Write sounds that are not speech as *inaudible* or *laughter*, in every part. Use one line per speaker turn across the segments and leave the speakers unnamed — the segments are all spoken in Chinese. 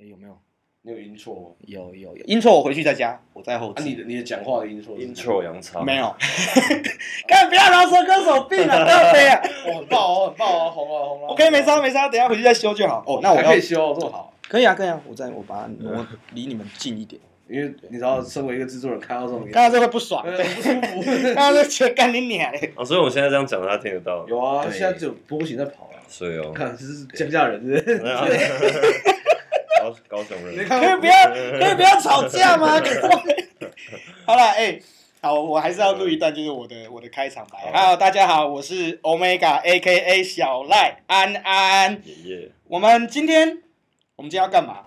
哎有没有？
你有 intro 吗？
有有有，intro 我回去再加，我在后
啊，你
期。
的啊你的讲话的 intro 是什么
intro 洋叉
没，有， *laughs* 看不要饶舌歌手病了，大飞啊
哦，很棒哦，很棒哦，红了红了。
！OK，没啊差没差，等一下回去再修就好。哦，那我
还
要
可以嗯修哦这么好，
可以啊可以啊，我再我把我离你们近一点，
因为你知道，身为一个制作人，看到这种
刚刚这会不爽，
呃
对，
不舒服。
刚刚这切干你脸嘞。
哦，所以我现在这样讲，他听得到。
有啊，
对
现在只有波形在跑了。
所以哦， *laughs*
看，这是乡下人，是不是？
高高雄
你
人，
看
可以不要，可以不要吵架吗？好了，哎、好，我还是要录一段，就是我的我的开场白。
好
Hello，大家好，我是 Omega A K A 小赖安安。
爷爷，
我们今天，我们今天要干嘛？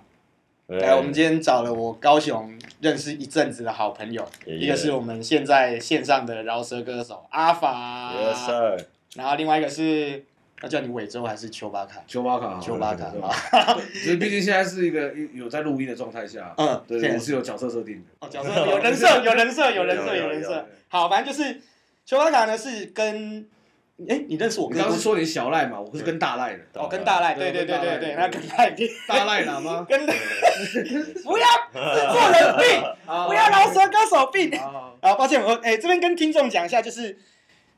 哎
来，我们今天找了我高雄认识一阵子的好朋友，
耶
一个是我们现在线上的饶舌歌手阿法，
Yes sir，
然后另外一个是要叫你伟州还是丘巴卡？
丘巴卡，
丘巴卡
对
啊 *laughs*
吧？，就是毕竟现在是一个有在录音的状态下，
嗯，
对，
现在
我是有角色设定的。
哦，角色有人 *laughs* 设，有人设，有人设，
有有
有人
有
设。好，反正就是丘巴卡呢是跟，哎，你认识我
你
哥多
刚刚是
久？
说你小赖嘛，我是跟大赖的，
哦，跟大赖，对对对对对，那跟大赖
大赖喇嘛
*laughs* 跟 *laughs* 不要制作人 *laughs* 病，
啊
不要饶舌歌手病。
啊，
好，抱歉，我哎这边跟听众讲一下，就是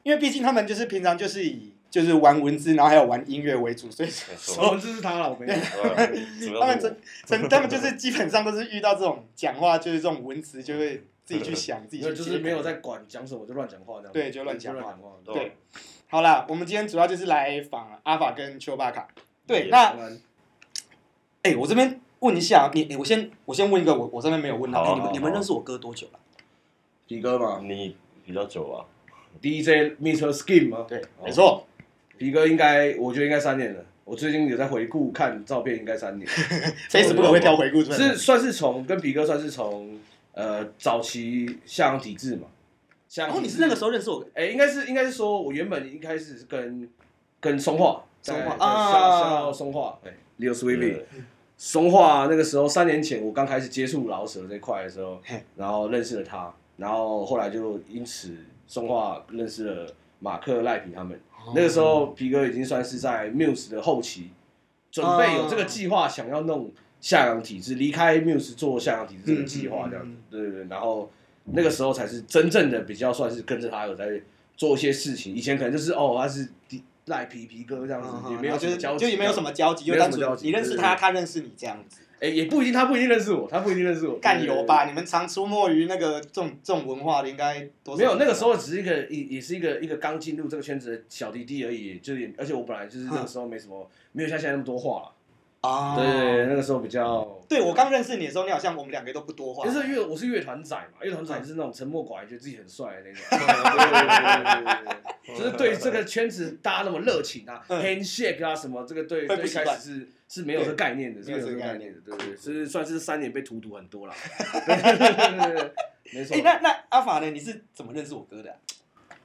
因为毕竟他们就是平常就是以就是玩文字，然后还有玩音乐为主，所以
没
我
错，啊
们支持他了，我们 *laughs*
主
他
要
们
是
真真他们就是基本上都是遇到这种讲话就是这种文词就会自己去想，自己去
*laughs* 就
接
是没有在管讲什么就乱讲话这样。
对就乱讲话
话。
我
对好啦，我们今天主要就是来访阿法跟丘巴卡。对，
Yeah
那
当然
哎、我这边问一下你，哎我先我先问一个，我我这边没有问到，
好啊
哎你
好啊
们你们
好啊
认识我哥多
哦
久了？
皮哥嘛
你比较久啊，
，DJ Mr. Skin 嘛，
对，
哦
没错，
皮哥应该，我觉得应该三年了。我最近有在回顾看照片，应
*laughs*
该三年，
非死不可会挑回顾出来。
是算是从跟皮哥算是从呃早期下阳体制嘛，下
然
阳
后哦你
体制
是那个时候认识我哥，
哎、应该是应该是说，我原本一开始是跟跟松化，
松化
在
啊
在下下到松化，对，Leo Swift，
对
松化那个时候三年前我刚开始接触老舍这块的时候
嘿，
然后认识了他，然后后来就因此松化认识了马克赖皮他们。
哦
那个时候皮哥已经算是在 Muse 的后期，准备有这个计划想要弄下岗体制，离开 Muse 做下岗体制这个计划这样子
嗯嗯，
对对对。然后那个时候才是真正的比较算是跟着他有在做一些事情，以前可能就是哦他是赖皮皮哥这样
嗯
子，
嗯
也没有
就
什么
是
交集，啊
就也没有什么交集，就
没有什
单
么
纯
交集
你认识
对
他，
对对
他认识你这样子，
哎、也不一定，他不一定认识我，他不一定认识我。
干油吧？
对？
你们常出没于那个这种这种文化的，应该多
对
少
对没有，那个时候只是一个，也也是一个一个刚进入这个圈子的小弟弟而已，就是也而且我本来就是那个时候没什么，没有像现在那么多话了。
啊，
对对对，那个时候比较，
对我刚认识你的时候，你好像我们两个都不多话，
就是乐我是乐团仔嘛，乐团仔就是那种沉默寡言，觉得自己很帅的那种。对对对对对对对就是对这个圈子大家那么热情啊
嗯
，handshake 啊什么，这个对
会
对
不
一
习惯
开始是是没有这个概念的，是
没有这个
这个
概
概
念
念的，对对，对是算是三年被荼毒很多了。对对对对对对，没错
哎，。那那阿法呢？你是怎么认识我哥的啊？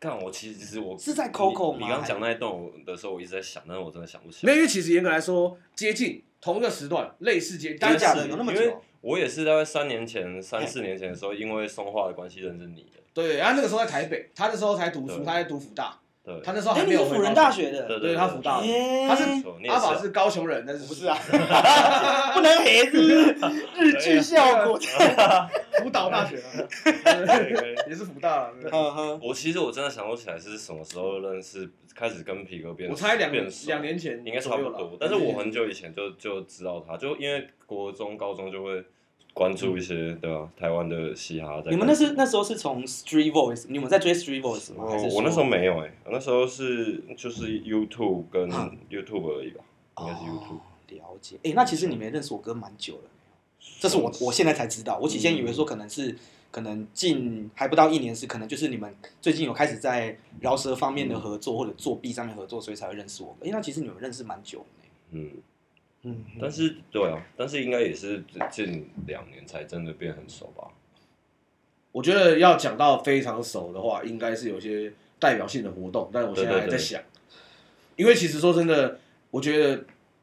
看我其实其实我
是在 Coco
你
吗
你刚讲那一段我的时候，我一直在想，但是我真的想不起
没有，
来
因。为其实严格来说，接近同一个时段，类似接
真
近，
的假的？有那么
因为
久？
我也是大概三年前、三
嘿
四年前的时候，因为松化的关系认识你的。
对，然后那个时候在台北，他那时候才读书，
对
他在读福大，
对，
他那时候
哎，
还
你
啊没有
是
回
辅仁
高
大
雄，
学的，
对
对他福大的，
耶
他是
没错你也
阿
是啊
宝是高雄人，但是
不是啊，
*laughs*
不能黑日日剧效果。
福岛大 *laughs* 学啊，
对对
也是福大啊。对
呵呵，
我其实我真的想不起来是什么时候认识，开始跟皮哥变，
我猜两
变熟
两年前
应该差
左
不
右了
多，但是我很久以前就就知道他，就因为国中、高中就会关注一些对吧、台湾的嘻哈在。
嗯你们那是那时候是从 Street Voice，你们在追 Street Voice 吗？
我
还是
我那时候
说
没有哎、我那时候是就是 YouTube 跟
啊
YouTube 而已吧，应该是 YouTube
哦。了解，哎，那其实你们认识我哥蛮久了，这是我我现在才知道，我起先以为说可能是。可能近还不到一年是，可能就是你们最近有开始在饶舌方面的合作，或者作弊上面合作，所以才会认识我哥。哎、那其实你们认识蛮久的呢。
嗯，
嗯，
但是对啊，但是应该也是近两年才真的变很熟吧。嗯
我觉得要讲到非常熟的话，应该是有些代表性的活动，但我现在还在想，因为其实说真的，我觉得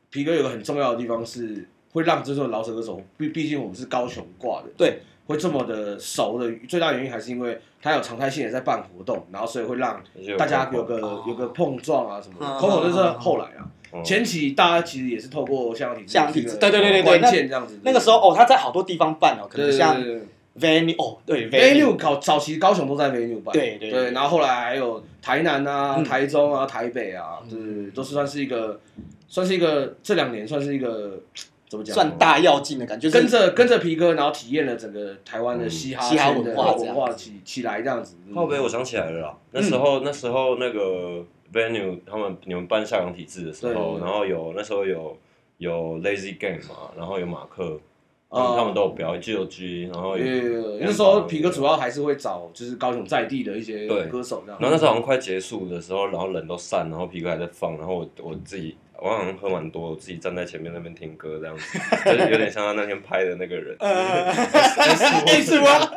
皮哥有个很重要的地方是会让这种老舍歌手，毕毕竟我们是高雄挂的，
对，
会这么的熟的最大原因，还是因为他有常态性的在办活动，然后所以会让大家有个
哦
有个碰撞啊什么
嗯
的。Coco 就是后来啊，
嗯
前期大家其实也是透过像体制
像体制
这个
对对对对对
关键这样子。
那个时候，哦，他在好多地方办哦，可
对
能
对
像
对对
venue 哦，对
V 六搞早期高雄都在 V 六办，
对对对
对，然后后来还有台南啊、
嗯
台中啊、台北啊，
嗯
对，都是算是一个，算是一个这两年算是一个怎么讲？
算大跃进的感觉，就是
跟着跟着皮哥，然后体验了整个台湾的嘻
嗯
哈
嘻哈
圈的
文化这
文
样
化起起来这样子。嗯
靠北，我想起来了啦，那时候、那时候那个 venue 他们你们办校园体制的时候，
对
然后有那时候有有 lazy game 嘛，然后有马克，他
哦
们他们都有表演 G O G，然后有
呃，那时候皮哥主要还是会找就是高雄在地的一些
对
歌手这样。
然后那时候好像快结束的时候，然后人都散，然后皮哥还在放，然后我我自己我好像喝蛮多，我自己站在前面那边听歌这
*laughs*
样子，就是有点像他那天拍的那个人。
呃， *laughs*
但
是
是我
吗？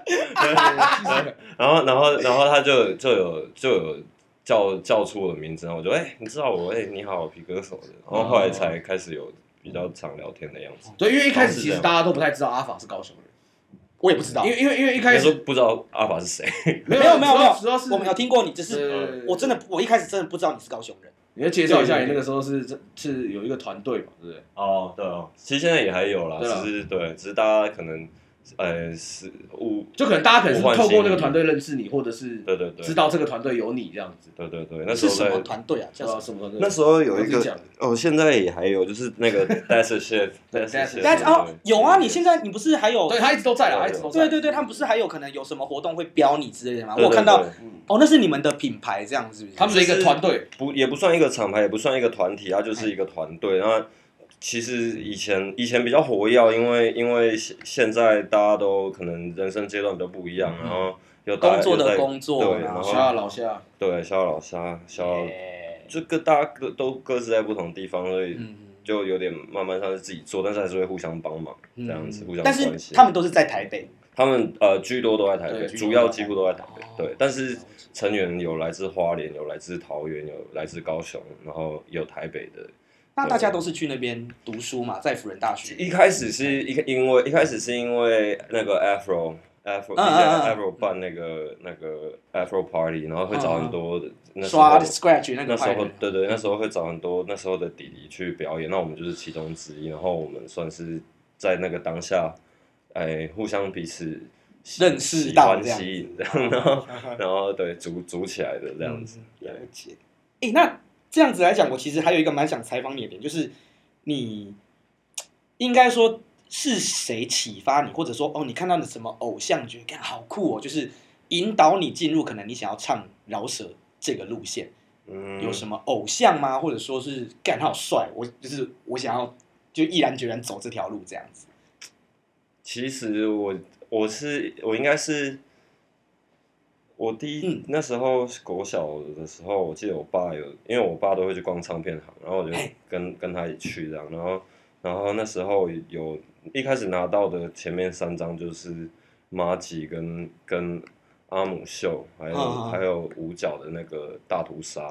然后然后然后他就就有就有叫叫出我的名字，然后我就哎、你知道我哎、你好皮哥什么的，然后后来才开始有比较常聊天的样子。
对，因为一
哦
开始其实大家都不太知道阿法是高雄人，
我也不知道
因，为因为因为一开
那时候
始
不知道阿法是谁， *laughs*
没有没有
主
没
要
有
主要是
我们有听过你，只是
是
我真的我一开始真的不知道你是高雄人，
你要介绍一下，
对对
你
对
那个时候是是是有一个团队嘛，对不对？
哦，对哦，其实现在也还有啦，
对啊
只是对，只是大家可能呃是误，
就可能大家可能
我
是
换新
透过那个团队认识你，或者是
对对对，
知道这个团队有你这样子。
对对对，那时
是
候
什
在
么团队啊？叫
叫
什么？
什么团队？
那时候有一
我自己
个
讲
哦，现在也还有，就是那个 That's a Shit，
That's a
但是啊，有啊，你现
现
在你不是还有
对？他一直都在啊，他一直都在。
对对对，他们不是还有可能有什么活动会标你之类的吗？我
对
有看到
对
嗯
哦，那是你们的品牌这样是不是？
他们是一个团队，
不也不算一个厂牌，也不算一个团体，它
哎
就是一个团队。那其实以前以前比较活跃，因为因为现现在大家都可能人生阶段比较不一样，然后又
嗯
大
工作
又在
的工作，
对，
然
然
后
老夏
后
老夏，
对肖老啊沙肖，
耶
就各大家各都各自在不同地方，所以
嗯，
就有点慢慢像是自己做，但是还是会互相帮忙这样子，互相
嗯但
关
是
心。
他们都是在台北，
他们呃居多都在台北，
对居多
主要几乎都在台北。
哦
对，但是成员有来自花莲，有来自桃园，有来自高雄，然后有台北的。
那大家都是去那边读书嘛，在辅仁大学。
一开始是
嗯
一个因为一开始是因为那个 Afro。Afro
嗯嗯
DJ Afro 办那个那个 Afro Party，然后会找很多的那时候
啊刷 Scratch 那个
那时
派
候
人， *laughs*
对对，那时候会找很多那时候的弟弟去表演，那我们就是其中之一。然后我们算是在那个当下，哎，互相彼此喜
认识
喜
到
欢
这样
吸引，然后
*laughs*
然后对组组起来的这样子。
嗯了解。哎、那这样子来讲，我其实还有一个蛮想采访你的点，就是你应该说是谁启发你，或者说哦，你看到的什么偶像觉得干好酷哦，就是引导你进入可能你想要唱饶舌这个路线，
嗯，
有什么偶像吗？或者说是干他好帅，我就是我想要就毅然决然走这条路这样子。
其实我我是我应该是我第一、
嗯
那时候国小的时候，我记得我爸有，因为我爸都会去逛唱片行，然后我就
嘿
跟跟他一起去这样，然后然后那时候有一开始拿到的前面三张就是马吉跟跟阿姆秀，还有、
嗯嗯
还有五角的那个大屠杀，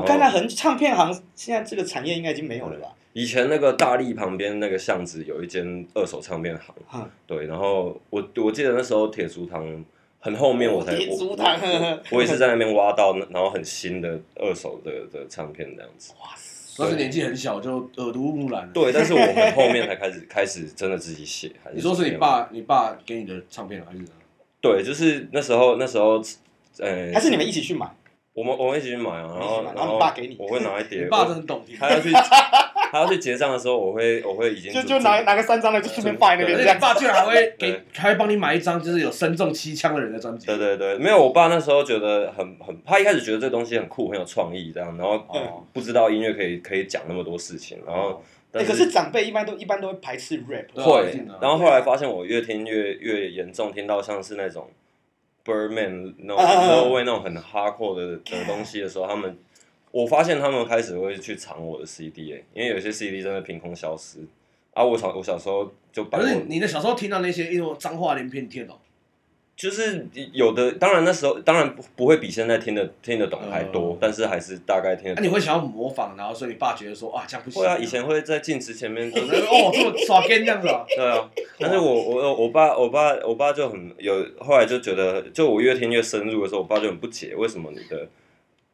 我
后
看他很唱片行现在这个产业应该已经没有了吧？
以前那个大力旁边那个巷子有一间二手唱片行。
哼，
对，然后我我记得那时候铁竹堂很后面我才
哦铁
我
竹堂呵呵
我我 *laughs* 也是在那边挖到那，然后很新的二手的的唱片这样子。
那是年纪很小就耳濡目染。，
对，但是我很后面才开始开始真的自己写。还
你说是你
怎么样？
爸你爸给你的唱片还是什么？
对，就是那时候那时候，呃，
还是你们一起去买？
我们我们一起去买啊，然后
你一起买然后你爸给你
我会拿一
你
叠，
爸真
我
的很懂听。
他要去 *laughs* 他要去结账的时候，我会我会已经
就
准
就拿
准
拿个三张的，就顺便放在那边
而
这
且
样
你。爸居然还
*laughs*
会给
对，
还会帮你买一张就是有身中七枪的人的专辑。
对对对，没有，我爸那时候觉得很很，他一开始觉得这东西很酷，很有创意这样，然后
哦
不知道音乐可以可以讲那么多事情，然后但
欸可是长辈一般都一般都会排斥 rap，
对啊一
会
定的，
然后后来发现我越听越越严重，听到像是那种 Birdman 那种
啊啊啊
No Way 那种很 hardcore 的的东西的时候，他们我发现他们开始会去藏我的 CD，、欸、因为有些 CD 真的凭空消失啊，我小我小时候就把
可
我
是你的小时候听到那些因为脏话连篇，你听得懂？
就是有的，当然那时候当然不不会比现在听得听得懂还多，
嗯
但是还是大概听
那、啊
得
你
懂。
会想要模仿，然后所以你爸觉得说啊，这样不行。
会啊，以前会在镜子前面，
我觉得哦，这么耍 g 这样子啊，
对啊，但是我我我爸我爸我爸就很有，后来就觉得，就我越听越深入的时候，我爸就很不解，为什么你的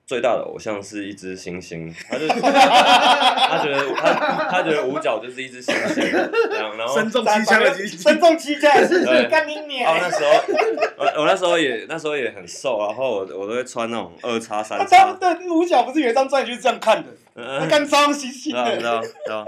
最大的偶像是一只猩猩？他就他觉得他他觉得五角就是一只猩猩，这样，然后
身中七枪的机器。
身中七
*laughs*
枪，是
对
干你
哦，
娘！
那时候我我那时候也那时候也很瘦，然后我我都会穿那种二叉三
*laughs* 他
叉
*laughs* 他，的五角不是有一张专辑就是这样看
*laughs*
的，
嗯
他
嗯
干脏兮兮
知
啊
道知
的。
道知道，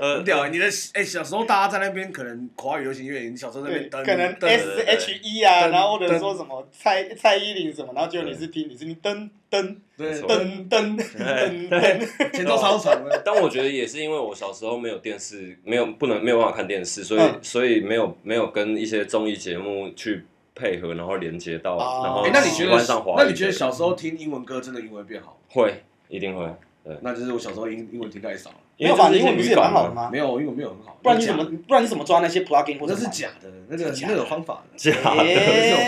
呃
很，屌、欸，你的哎、小时候大家在那边可能华语流行乐，你小时候在那
对，
边噔
可能
噔
S H E 啊，
噔
然后或者说什么蔡蔡依林什么，然后就你是听你是听噔噔
对
没错
噔，
噔噔噔噔，
前奏超长的，
*laughs* 但我觉得也是因为我小时候没有电视，没有不能没有办法看电视，所以、
嗯
所以没有没有跟一些综艺节目去配合，然后连接到，
哦
然后
哎、那你觉
喜欢上
得
华语？
那你觉得小时候听英文歌真的英文变好？
会一定会？
那就是我小时候英英文听太少了，
没有吧？
因为
英
这
文不
是一
是
些
也
语
蛮
感
好的
*laughs* 嘛？
吗？
没有英文没有很好，
不然你怎么不然你怎么抓那些 plugin 或者
那
什
是
么？
假的，那个
假
那
的
有方法的。
假
哎
的
耶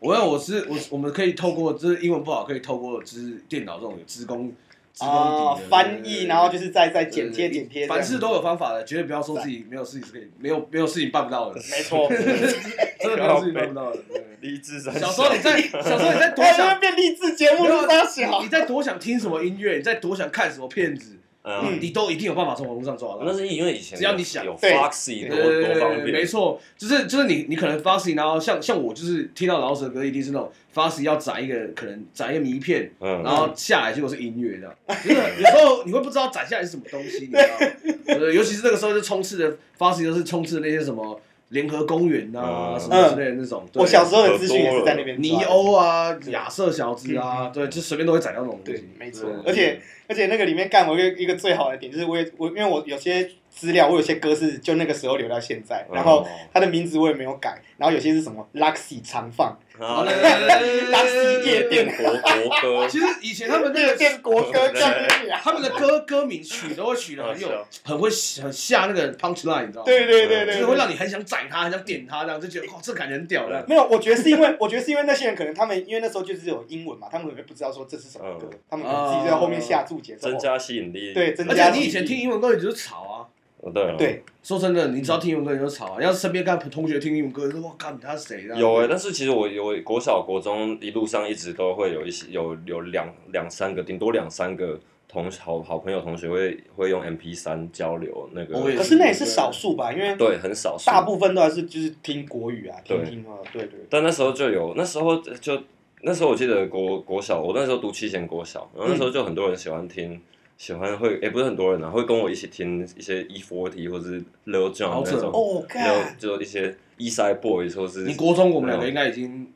我要我是我是我们可以透过就是英文不好，可以透过就是电脑这种有资工资工
哦
底的，
翻译，然后就是再再剪贴
对对
剪贴这样，
凡事都有方法的，绝对不要说自己没有事情是可以没有没有事情办不到
*laughs*
的，
没
*laughs*
错。
真的没有事情办不到的。对
励志三
小时候你在小时候你在多
哎，这
想
变励志节目
没有
是大小
你，在多想听什么音乐，你在多想看什么片子，
*laughs* 嗯，
你都一定有办法从网络上抓
那
到。
是因为以前
只要
有
你想
有
对
Foxy 多
对
多方便，
没错，就是就是你你可能 Fussy，然后像像我就是听到老舍歌，一定是那种 Fussy 要攒一个可能攒一个迷片，
嗯，
然后下来结果是音乐这样，就是有时候你会不知道攒下来是什么东西，你知道吗？对，尤其是那个时候就充斥的发誓，就是充斥那些什么联合公园啊、
嗯
什么之类的那种。对
我小时候的资讯也是在那边抓的
尼欧啊、亚瑟小子啊，对，就随便都会攒到那种东
对
西。，
没错
对。
而且而且那个里面干我一个一个最好的点就是我也我因为我有些资料我有些歌是就那个时候留到现在，
嗯
然后它的名字我也没有改，然后有些是什么 Luxy 常放，
然
好
后
嘞
那个
拉斯
夜
夜
店
店
国国歌，
其实以前他们那
夜
个
店国歌
对
干你娘
他们的歌歌名取都会取的很
好
有
笑
很会很下那个 punch line，你知道吗？
对对对
就
对
是会
对。
让你很想宰他，很想点他，这样就觉得哇，这感觉很屌的。
没有，我觉得是因为，我觉得是因为那些人可能他们因为那时候就是有英文嘛，他们可能不知道说这是什么歌
嗯，
他们可能自己在
哦
后面下注解奏，
*laughs* 增加吸引力，
对增
而
加注
且
解。
你以前听英文歌，你就是吵啊。
哦，对了，
对，
说真的，你只要听英文歌你就吵、啊，要是身边看同学听英文歌，你说我靠，你他谁
啊
的？
欸
有哎、
哎、
但是其实我有国小、国中一路上一直都会有一些有有两两三个，顶多两三个同好好朋友同学会会用 MP 三交流那个，
我也
可是那也是少数吧，因为
对，很少数。
大部分都还是就是听国语啊，听
对
听啊，对对。
但那时候就有，那时候就那时候我记得国国小，我那时候读七贤国小，然后那
嗯
时候就很多人喜欢听。喜欢会也、不是很多人啊，会跟我一起听一些 E Forty 或是 Lil
好
Jon
扯
那种，
哦，
然后
干，
就一些 East Side Boys 或是
你国中我们两个应该已经，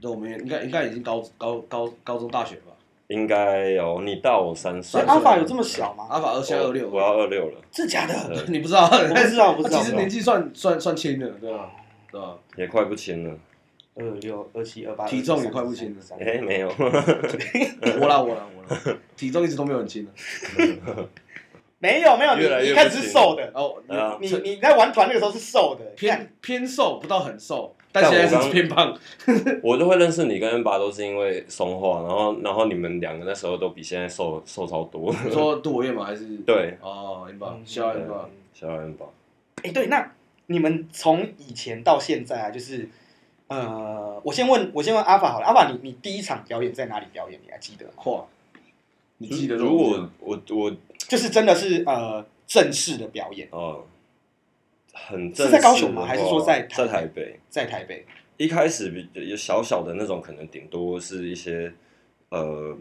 对，我们应该应该已经高高高高中大学吧？
应该有你大我三
所
岁，
以阿法有这么小吗？
阿法二三二六，
我要二六了，
真假的？
*laughs*
对
你不知道？
哦我不知道，我不
他
知道啊
其。实年纪算算算轻的，对吧？对吧？
也快不轻了。 *laughs* 呃
二六、二七、二八，
体重也快不轻了
哎、没有， *laughs*
我啦我啦
*laughs*
我啦，体重一直都没有很轻的。啊
没有没有，
越来
你
越
你
不行
开始是瘦的，
哦，你
啊
你你在玩团那个时候是瘦的，看
偏偏瘦不到很瘦，但
但我
现在是
刚
*laughs*
偏胖。
我就会认识你跟恩爸都是因为松化，然后然后你们两个那时候都比现在瘦瘦超多。 *laughs*
你说杜伟业吗？还是？
对，
哦，恩吧，
嗯
肖恩吧
嗯。
小恩爸，
哎，对，那你们从以前到现在啊，就是呃，我先问，我先问阿法好了，阿法，你你第一场表演在哪里表演？你还记得吗？
嚯，你记得
如果我我
就是真的是呃正式的表演，
哦、很
是
正式的
在
话
高雄吗还是说在台
在
北
台北？
在台北，
一开始比有小小的那种，可能顶多是一些呃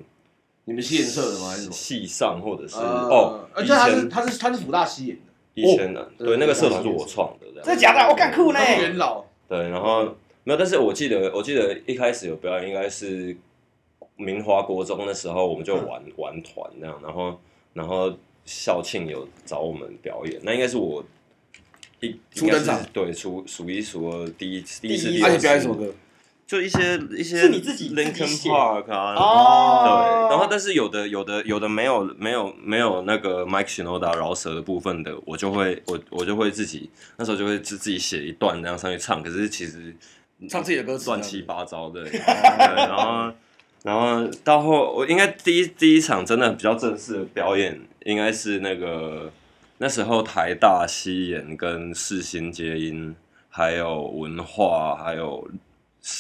你们吸颜色的吗？还是什么？
系上或者是、
啊
呃
哦，
而
以
且他是
前
他是他是福大西演的，
以前的、
对
对那个社
对
团是
对
我创的，这样
哦真的假的？我哦干酷呢
他！是元老，
对，然后没有，但是我记得，我记得一开始有表演，应该是明华国中的时候，我们就
嗯
玩、玩团那样，然后然后校庆有找我们表演，那应该是我一
初
应该
登场
是对数数一数二第一
第
第一
一
次
次
二
啊
次
你表演什？
歌？
就一些一些
是你自己自己
Linkin
写
Park 啊，
哦
对，然后但是有的有的有的没有没有没有那个 Mike Shinoda 饶舌的部分的，我就会我我就会自己那时候就会自自己写一段这样上去唱，可是其实
嗯唱自己的歌词，
乱七八糟的，对然后然后到后我应该第一第一场真的比较正式的表演，应该是那个那时候台大西演跟世新接音，还有文化，还有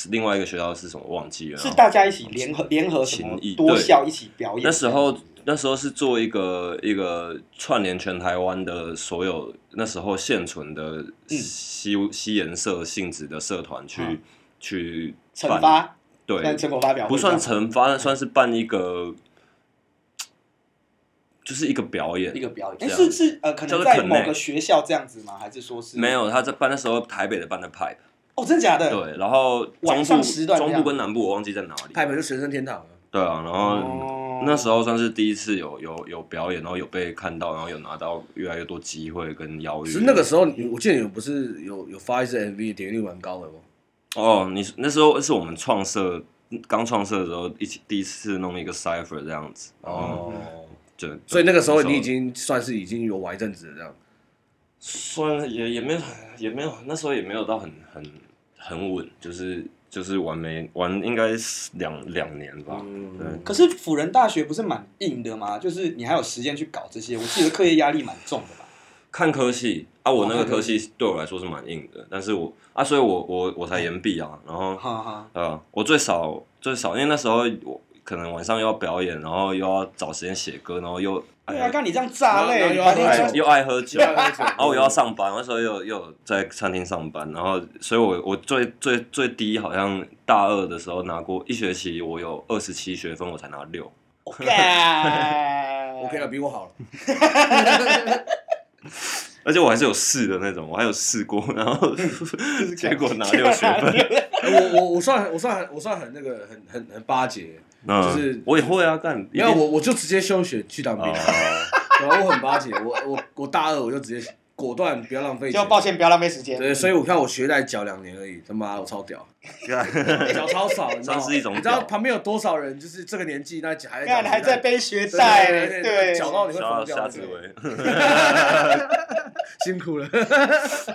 另外一个学校是什么忘记了，
是大家一起联合联合什么
情谊
多
对
校一起表演。
那时候那时候是做一个一个串联全台湾的所有那时候现存的
嗯
西、西研社性质的社团去、
嗯
去
惩
办
罚，
对
但成果发表会
不算
这样
惩罚，算是办一个就是一个表演
一。个表演。
这
哎，
样
是是呃，可
叫
能
做
在某
connect
个学校这样子吗？还是说是
没？有，他在办那时候台北的办的 pipe，
哦，真假的？
对，然后
晚
中
上
部
时段这
中部
样
跟南部我忘记在哪里，
派本是学生天堂啊。
对啊，然后、
哦
那时候算是第一次有有有表演，然后有被看到，然后有拿到越来越多机会跟邀约。
是那个时候你，我记得你们不是有有发一支 MV，点击率蛮高的吗？
哦，你是那时候是我们创社刚创社的时候，一起第一次弄一个 cipher 这样子，然后
哦，
就
所以那个时候你已经算是已经有玩一阵子了，这样。
算也也没有也没有那时候也没有到很很很稳，就是就是玩没玩应该是两两年吧，
嗯，
可是辅仁大学不是蛮硬的吗？就是你还有时间去搞这些，我记得课业压力蛮重的吧？
看科系啊，我那
哦
个
看科
科系对我来说是蛮硬的，但是我啊，所以我我我才延毕啊，然后
哈哈，
呃，我最少最少，因为那时候我可能晚上又要表演，然后又要找时间写歌，然后又
对啊，
哎
刚你这样炸
然后
嘞，
然
白
后
天
又
就
要
爱 *laughs* 又爱喝酒，然
然
哦后我又要，上班，我那时候又又有在餐厅上班，然后所以我我最最最低好像大二的时候拿过一学期，我有二十七学分，我才拿六。
哦干
OK 了，比我好了。
而且我还是有试的那种，我还有试过，然后
嗯
*laughs* 结果拿六学分，
哎我我我算很我算很我算很那个很很很巴结，
嗯，
就是
我也会啊，干一
因为
定
我我就直接休学去当兵，
哦
然后我很巴结，我我我大二我就直接果断不要浪费
就
钱，
抱歉，不要浪费时间。
对，所以我看我学贷缴两年而已，他妈我超
*laughs*
屌，
干
缴超少，你知道吗
算是一种
你知道
屌
旁边有多少人就是这个年纪那还在缴
看还在背学
学
贷，
对对对，缴到你会
笑
疯
到
掉
夏
的，
志伟，
辛苦了，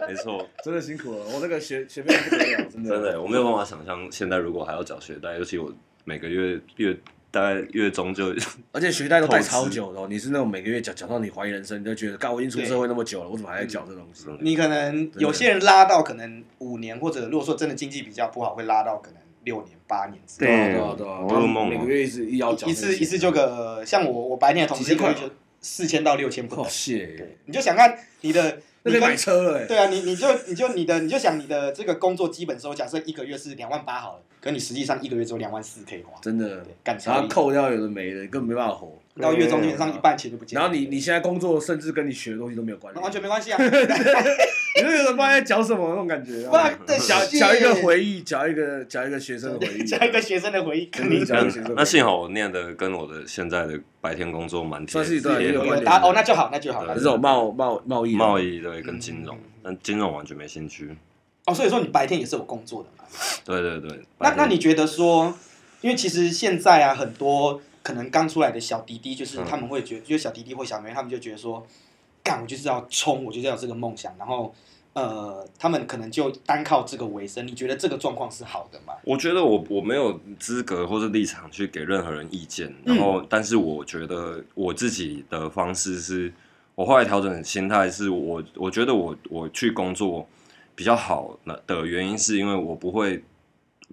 没
*laughs*
错。
真的辛苦了，我那个学学费不得了，真的
真的，我没有办法想象现在如果还要缴学贷，尤其我每个月月大概月中就
而且学贷都贷超久的哦，你是那种每个月缴缴到你怀疑人生，你就觉得，干我已经出社会那么久了，我怎么还在缴这东西？
嗯
你可能有些人拉到可能五年，或者如果说真的经济比较不好，会拉到可能六年、八年之类
对
的。
啊对啊对啊，
我噩梦
每
哦
个月一直一要缴
一
那个
次
钱
一次就个像我我白天的同事
几
一
千
个
块
月就四千到六千不
哦
等。
谢，
你就想看你的，
*laughs* 那
你
可
跟
以买车了哎，
对啊，你你就你就你的你就想你的这个工作基本收，假设一个月是两万八好了，可你实际上一个月只有两万四可以花，
真的
对，干
然
超
后扣掉有的没的，根本没办法活。
到月中基本上一半钱就不见
然
了。
后你你现在工作，甚至跟你学的东西都没有关
那
系，
完全没关
*laughs*
系啊，
你就有点不知道在缴什么那种感觉
哇
啊。，
对，
缴缴一个回忆，缴一个缴一个学生的
*laughs*
回忆，
加一个学生的回忆，跟
真
你
的缴一
那
个学生的回忆。
*laughs* 那幸好我念的跟我的现在的白天工作蛮贴
算是一段
贴
有
合
关
有
联
答哦，那就好，那就好
对
那
还
就是好
这种贸贸贸易的
贸易对跟金
嗯
融
嗯嗯，
但金融完全没兴趣。
哦，所以说你白天也是有工作的嘛？
对对对，
那
白天
那你觉得说，因为其实现在啊，很多可能刚出来的小弟弟，就是
嗯
他们会觉得，就是小弟弟或小妹妹，他们就觉得说，干，我就是要冲，我就是要有这个梦想，然后呃，他们可能就单靠这个为生。你觉得这个状况是好的吗？
我觉得我我没有资格或是立场去给任何人意见，
嗯
然后、但是我觉得我自己的方式是，我后来调整心态是我我觉得我我去工作比较好的原因是因为我不会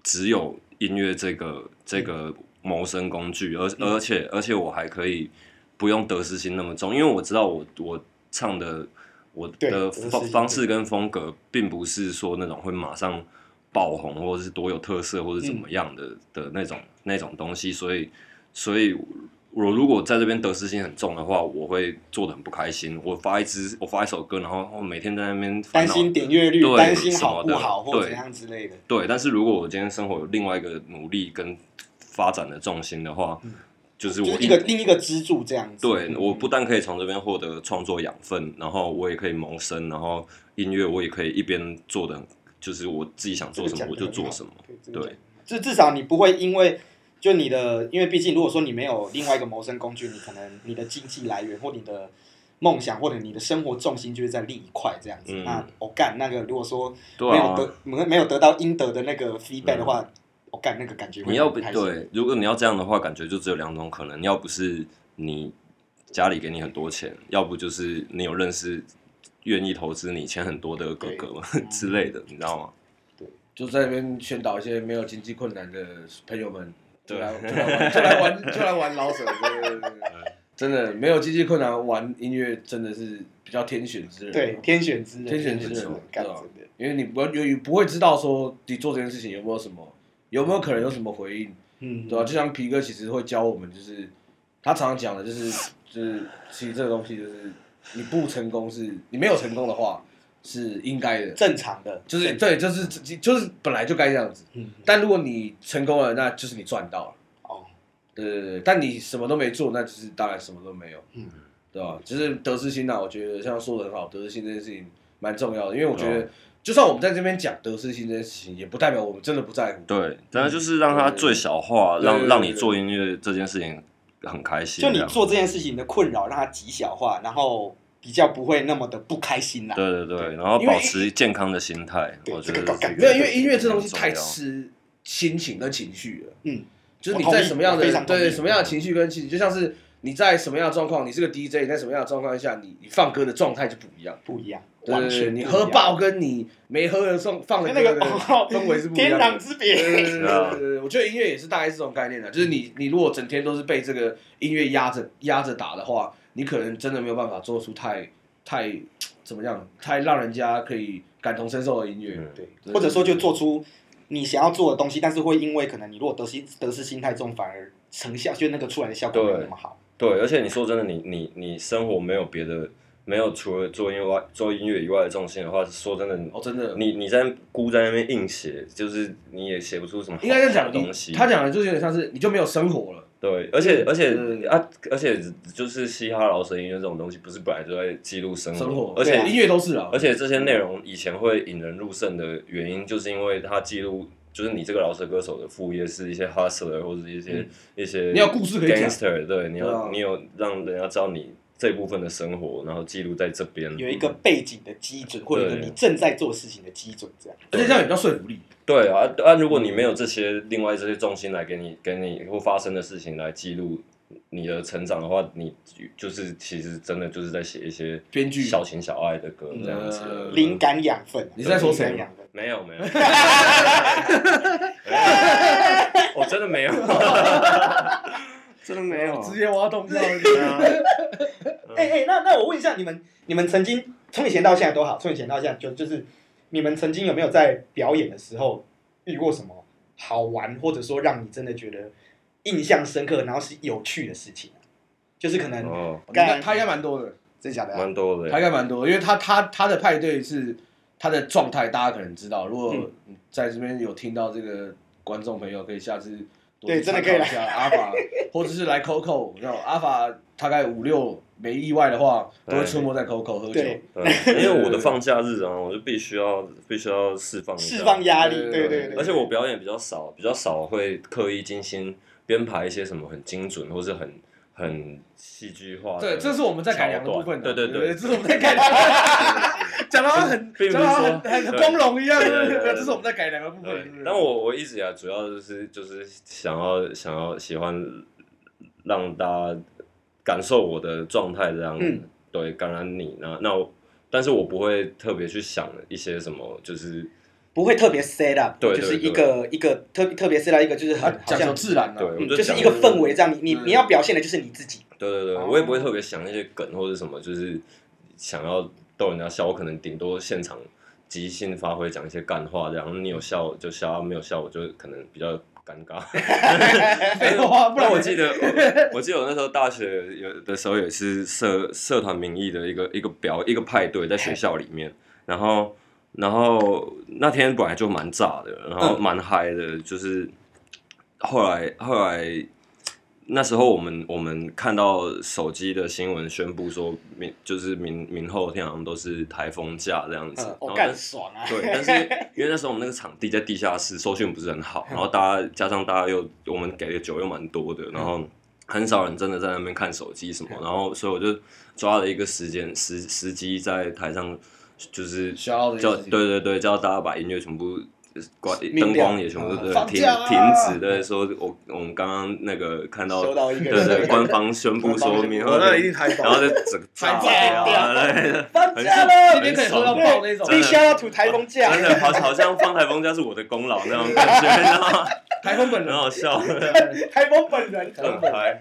只有音乐这个这个谋生工具，而
嗯
而且而且我还可以不用得失心那么重，因为我知道我我唱的我
对
的
得失
方
心
方式跟风格，并不是说那种会马上爆红，或者是多有特色，或者怎
嗯
么样的、的那种那种东西。所以，所以我如果在这边得失心很重的话，我会做的很不开心。我发一支，我发一首歌，然后我每天在那边烦
担
恼
心点阅率，
对
担心
什
好
么
不
的
好，或
对
怎样之类的。
对，但是如果我今天生活有另外一个努力跟发展的重心的话，就是
嗯就
我
是一个另一个支柱这样子。
对，
嗯
我不但可以从这边获得创作养分，然后我也可以谋生，然后音乐我也可以一边做的，就是我自己想做什么我就做什么。。
这个讲得很好
对
这个讲得很好就至少你不会因为就你的，因为毕竟如果说你没有另外一个谋生工具，你可能你的经济来源或你的梦想或者你的生活重心就是在另一块这样子。
嗯
那我干、那个，如果说
对
没有
啊
得、，没没有得到应得的那个 feedback 的话，我干、那个感觉会
嗯你要不
很开心。
对，如果你要这样的话，感觉就只有两种可能，要不是你家里给你很多钱，要不就是你有认识愿意投资你钱很多的哥哥 *laughs* 之类的，你知道吗？
就在那边宣导一些没有经济困难的朋友们，就
对
来就来玩就来玩就来玩老舍，对对对对真的没有经济困难玩音乐真的是比较天选之人，
对，天选之人，
天选之
之
人
干
对
真
啊
的。
因为你不由于不会知道说你做这件事情有没有什么，有没有可能有什么回应，
嗯，
对吧、啊就像皮哥其实会教我们，就是他常常讲的，就是就是其实这个东西就是你不成功是你没有成功的话是应该的，
正常的，
就是
正
对，就是就是本来就该这样子。
嗯，
但如果你成功了，那就是你赚到了。
哦，
对对对，但你什么都没做，那就是当然什么都没有，
嗯，
对吧？就是得失心呐、啊我觉得像说的很好，得失心这件事情蛮重要的，因为我觉
对
啊
得，就算我们在这边讲得失心这件事情，也不代表我们真的不在乎。
对，但是就是让它最小化，
嗯对对
让
对
让
对
你做音乐这件事情很开心。
就你
这样
做这件事情的困扰，让它极小化，然后比较不会那么的不开心啦。
对对对，然后
啊因为
保持健康的心态，
对
我觉
这
得
个感
没
是
有，因为音乐这东西
很重
太
要
吃心情跟情绪了。
嗯，
就是你
我同
在
意
什么样
我非
的
常同意
对什么样的情绪跟情绪，就像是你在什么样的状况，你是个 DJ，你在什么样的状况下，你你放歌的状态就不一样。
不一样，完
对，
全
你
不
喝
一样，
爆跟你没喝的放放的
跟
歌
那个哦
的氛围是不一
天
样
壤
的。
之
对对
别。
对对对对对，我觉得音乐也是大概是这种概念的，就是你你如果整天都是被这个音乐压着压着打的话，你可能真的没有办法做出太太怎么样，太让人家可以感同身受的音乐。
嗯
对，或者说就做出你想要做的东西，但是会因为可能你如果得失得失心太重，反而成效就那个出来的效果没有那么好。
对，而且你说真的，你你你生活没有别的，没有除了做音乐外做音乐以外的重心的话，说真的，
哦，真的，
你你在孤在那边硬写，就是你也写不出什么好
应该这样
好
讲，你
东西。
他讲的就是有点像是你就没有生活了。
对，而且而
嗯
且啊，而且就是嘻哈饶舌音乐这种东西，不是本来就在记录生
生活，
而
对
且
啊
音乐都是啊，
而且这些内容以前会引人入胜的原因，就是因为它记录，就是你这个饶舌歌手的副业是一些 hustler 或者一些、一些，
嗯你有故事可以讲
gangster，对，你有、
对啊
你有让人家知道你这部分的生活，然后记录在这边，
有一个背景的基准，或者一个
对
你正在做事情的基准，这样。
而且这样也比较说服力。
对啊啊！如果你没有这些另外这些重心来给你给你或发生的事情来记录你的成长的话，你就是其实真的就是在写一些
编剧
小情小爱的歌这样子，啊
呃
灵感养分。啊
你是在说谁
灵感养分
没有没
*laughs*
有，我哦真的没有，真的没有。
直接挖洞跳。啊
哎哎、那那我问一下，你们你们曾经从以前到现在都好，从以前到现在就就是你们曾经有没有在表演的时候遇过什么好玩，或者说让你真的觉得印象深刻，然后是有趣的事情啊、就是可能、
哦，
应该他应该蛮多的，
真假的啊、
蛮多的
他应该蛮多的，因为他他他的派对是他的状态，大家可能知道。如果
嗯
在这边有听到这个观众朋友，可以下次多
对
去
真的
参
可以
考一下
*laughs*
阿法，或者是来 Coco，你知道阿法大概五六没意外的话，都会出没在 Coco 喝酒。
对，
对，因为我的放假日啊，我就必须要必须要释放一下
释放压力，
对
对
对
对对。
而且我表演比较少，比较少会刻意精心编排一些什么很精准或是很很戏剧化的桥
对，
段。
这是我们在改良的部分的。
对对对
这是我们在改良，讲到很
*laughs* 并
*laughs*
不是
讲到很
说
很很
对
光荣一样，
对对对对
这是我们在改良的部分。
对
对，
但我我一直以来主要就是就是想要想要喜欢让大家感受我的状态这样子，
嗯
对，感染你那那我，但是我不会特别去想一些什么，就是
不会特别 set up，
对对
就是一
对
个一个特特别 set up 一个就是
他
很好
讲究
像。
自然啊
对，我
嗯，
就
就是
讲
一个氛围这样，你你
嗯
你要表现的就是你自己，
对对对，
哦
我也不会特别想那些梗或者什么，就是想要逗人家笑。我可能顶多现场即兴发挥，讲一些干话，然后你有笑我就笑，啊没有笑我就可能比较尴
*laughs*
尬。
废话，不
不然
然
我
我
记得，我我记得我那时候大学有的时候也是社社团名义的一个一个表一个派对，在学校里面，然后然后那天本来就蛮炸的，
嗯
然后蛮嗨的，就是后来后来那时候我们我们看到手机的新闻宣布说明就是明明后天好像都是台风假这样子，
嗯
然，
我
后
干
但
爽啊！ *laughs*
对，但是因为那时候我们那个场地在
嗯嗯
地下室，收讯不是很好，然后大家加上大家又我们给的酒又蛮多的，然后很少人真的在那边看手机什么，然后所以我就抓了一个时间时时机在台上，就是
消耗
叫
这件事情
对对对，叫大家把音乐全部呃关，
灭掉
灯光也全部
啊
对
放
停
假啦
停止，对，说我我们刚刚那个看到
收到一个
对对，官方宣布说明，然后就
台
然后就整个炸掉
*laughs*
啊，对，
放假
今
了，
天可以喝到爆那种，
必须要吐台风假，
真的好好像放台风假是我的功劳那种感觉，然后
台风本
很
人
好笑。
台风本人，
很嗨。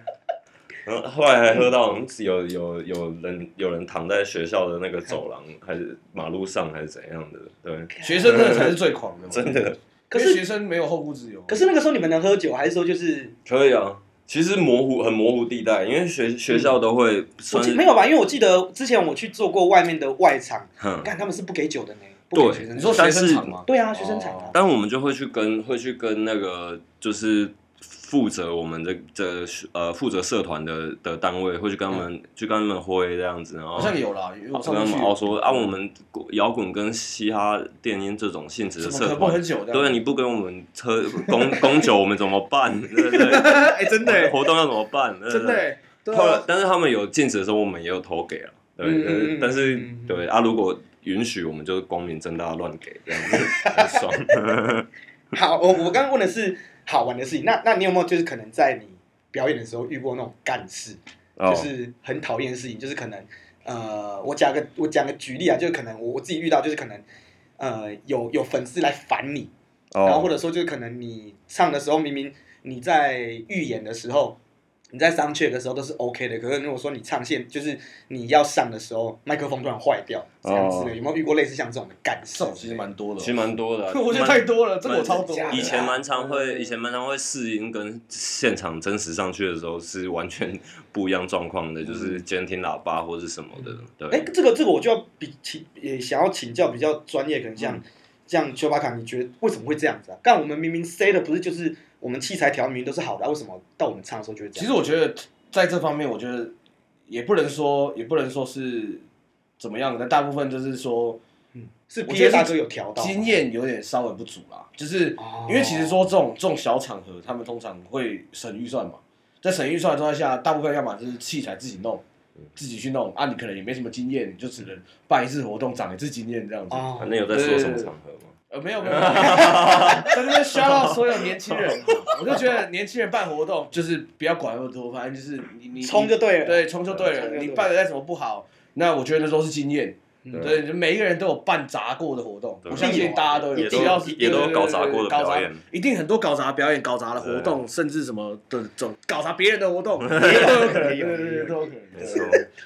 然后后来还喝到好像是有有有人有人躺在学校的那个走廊还是马路上还是怎样的，对，
学生真的才是最狂的嘛，
真的
可
因
是
为学生没有后顾之忧。
可是那个时候你们能喝酒，还是说就是
可以啊。其实模糊很模糊地带，因为学
嗯
学校都会
我
算
记
是
没有吧？因为我记得之前我去做过外面的外场，
哼，
看他们是不给酒的呢，不给学生
你
酒
说学生场吗？
对啊，学生场啊
哦，
但我们就会去跟会去跟那个就是负责我们这这呃负责社团的的单位会去跟他们、去跟他们会这样子，然
嗯
后
好像有啦，因为我
跟
上
他
次
们
去
凹说啊，我们摇滚跟嘻哈、电音这种性质的
怎么
社
可能
团
不喝酒的？
对，你不给我们车 *laughs* 供供酒，我们怎么办？对不对？
*laughs* 哎，真的欸，
活动要怎么办？对不
真的欸，
对。
啊
后来，但是他们有禁止的时候，我们也有投给啊。对，
嗯
对
嗯嗯
但是
嗯嗯
对啊，如果允许，我们就光明正大乱给这样子，很爽。 *laughs*
好，我我刚刚问的是好玩的事情，那那你有没有就是可能在你表演的时候遇过那种干事，
哦
就是很讨厌的事情，就是可能呃，我讲个我讲个举例啊，就是可能我我自己遇到就是可能呃有有粉丝来烦你，然后或
哦，
者说就是可能你唱的时候明明你在预演的时候。你在上去的时候都是 OK 的，可是如果说你唱线，就是你要上的时候，麦克风突然坏掉，这样子的，
哦
有没有遇过类似像这种的干事？
这种其实蛮多的哦，
其实蛮多的啊。
*laughs* 我觉得
蛮
太多了，这个我超多的啦。
以前蛮常会，
嗯
以前蛮常会试音跟现场真实上去的时候是完全不一样状况的，就是监听喇叭或是什么的。
哎、
对，
这个这个我就要比请也想要请教比较专业，可能像、像丘巴卡，你觉得为什么会这样子啊？但我们明明塞的不是就是我们器材调明明都是好的、啊，为什么到我们唱的时候就会这
其
样？
实我觉得在这方面，我觉得也不能说，也不能说是怎么样，但大部分就是说
嗯是
我
P
觉
A
得
大哥有调到吗
经验有点稍微不足啦，就是
哦
因为其实说这种这种小场合，他们通常会省预算嘛，在省预算的状态下，大部分要么就是器材自己弄，
嗯
自己去弄啊，你可能也没什么经验，你就只能办一次活动，长一次经验这样子。
哦，
啊那有在说什么场合吗？
呃，没
*laughs*
有没有，没有在这边 shout out 所有年轻人，我就觉得年轻人办活动就是不要管那么多，反正就是你你
冲就对了
对，冲就对
冲就
了。
对了
你办的再怎么不好，那我觉得那都是经验。
嗯
对，每一个人都有办砸过的活动，
对
我相信大家都有，
也
只要
都
是
也都
对
有
对对
搞砸过的
搞砸
表演
一定很多搞砸表演、搞砸的活动，甚至什么的这种搞砸别人的活
*laughs*
动，也都有可能，对对对，都有可能。
没错，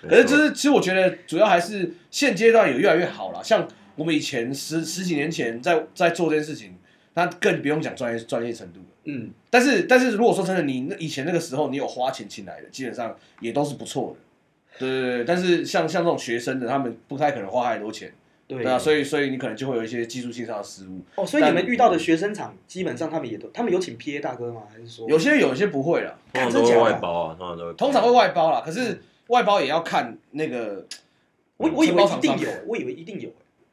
可是就
没错
是，其实我觉得主要还是现阶段有越来越好了。像我们以前十十几年前在在做这件事情，那更不用讲专业专业程度了。
嗯，
但是但是如果说真的，你那以前那个时候你有花钱请来的，基本上也都是不错的。对对对，但是像像这种学生的，他们不太可能花太多钱，
对
对啊，所以所以你可能就会有一些技术性上的失误。
哦，所以你们遇到的学生场，基本上他们也都，他们有请 P A 大哥吗？还是说
有些有有些不会了，
通常
真
都
的
会
假的
外包啊，通常都会包
通常会外包啦。可是外包也要看那个，
我我以为一定
承包厂商
有，我以为一定有，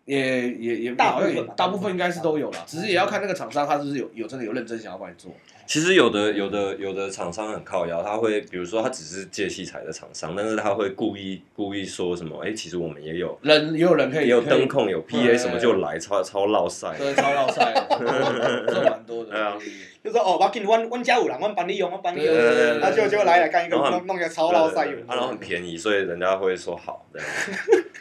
也也也
大部
好像
分
也
吧
大部分应该是都有啦，只是也要看那个厂商他是不是有有真的有认真想要帮你做。
其实有的有的有的厂商很靠腰，他会比如说他只是借器材的厂商，但是他会故意故意说什么，哎、其实我们也有
人也有人可以
也有
可以
灯控有
对
PA 什么就来超超落赛，
对超绕赛，
*laughs*
这蛮多的。
对啊
就说哦，我给你弯弯加五郎，弯帮你用，弯帮你
对对
用，
对对
然后就就来了干一个
然后很
弄弄个超老赛，
对对对啊然后很便宜，所以人家会说好这样，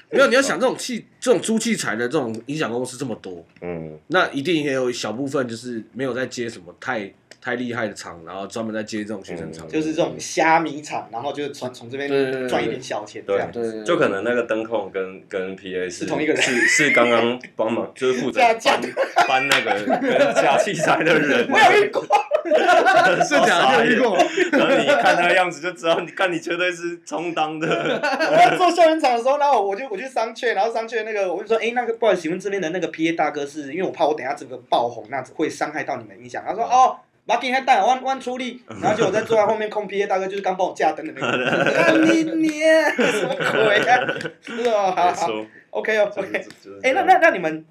没有你要想这种器这种租器材的这种音响公司这么多，
嗯，
那一定也有小部分就是没有在接什么太太厉害的厂，然后专门在接这种学生厂
嗯。
就是这种虾米场，然后就是从从这边
对对对对
赚一点小钱这样。
对对对
就可能那个灯控跟跟 PA 是
是同一个人
是是刚刚帮忙就是负
*laughs*
责
架
搬
架
搬那
*laughs*
个跟加器材的人，
我有遇过，
*laughs* 是这
*laughs*
样
傻
你有遇过吗？
然后你看他的样子就知道，你看你绝对是充当
*laughs*
的，
我在做校园场的时候，然后我就我去商榷，然后商榷那个我就说，哎、那个不好意思，请问这边的那个 P A 大哥是，因为我怕我等一下整个爆红，那会伤害到你们影响。他说，哦。把给他带弯弯出力，然后结果在坐在后面控 P A 大哥，就是刚帮我架灯的那个，干你娘， *laughs* 什么鬼啊？是哦，好好 *laughs*
没错，
，OK
就
OK
是。就是
哎、
这
那
样
那那你们，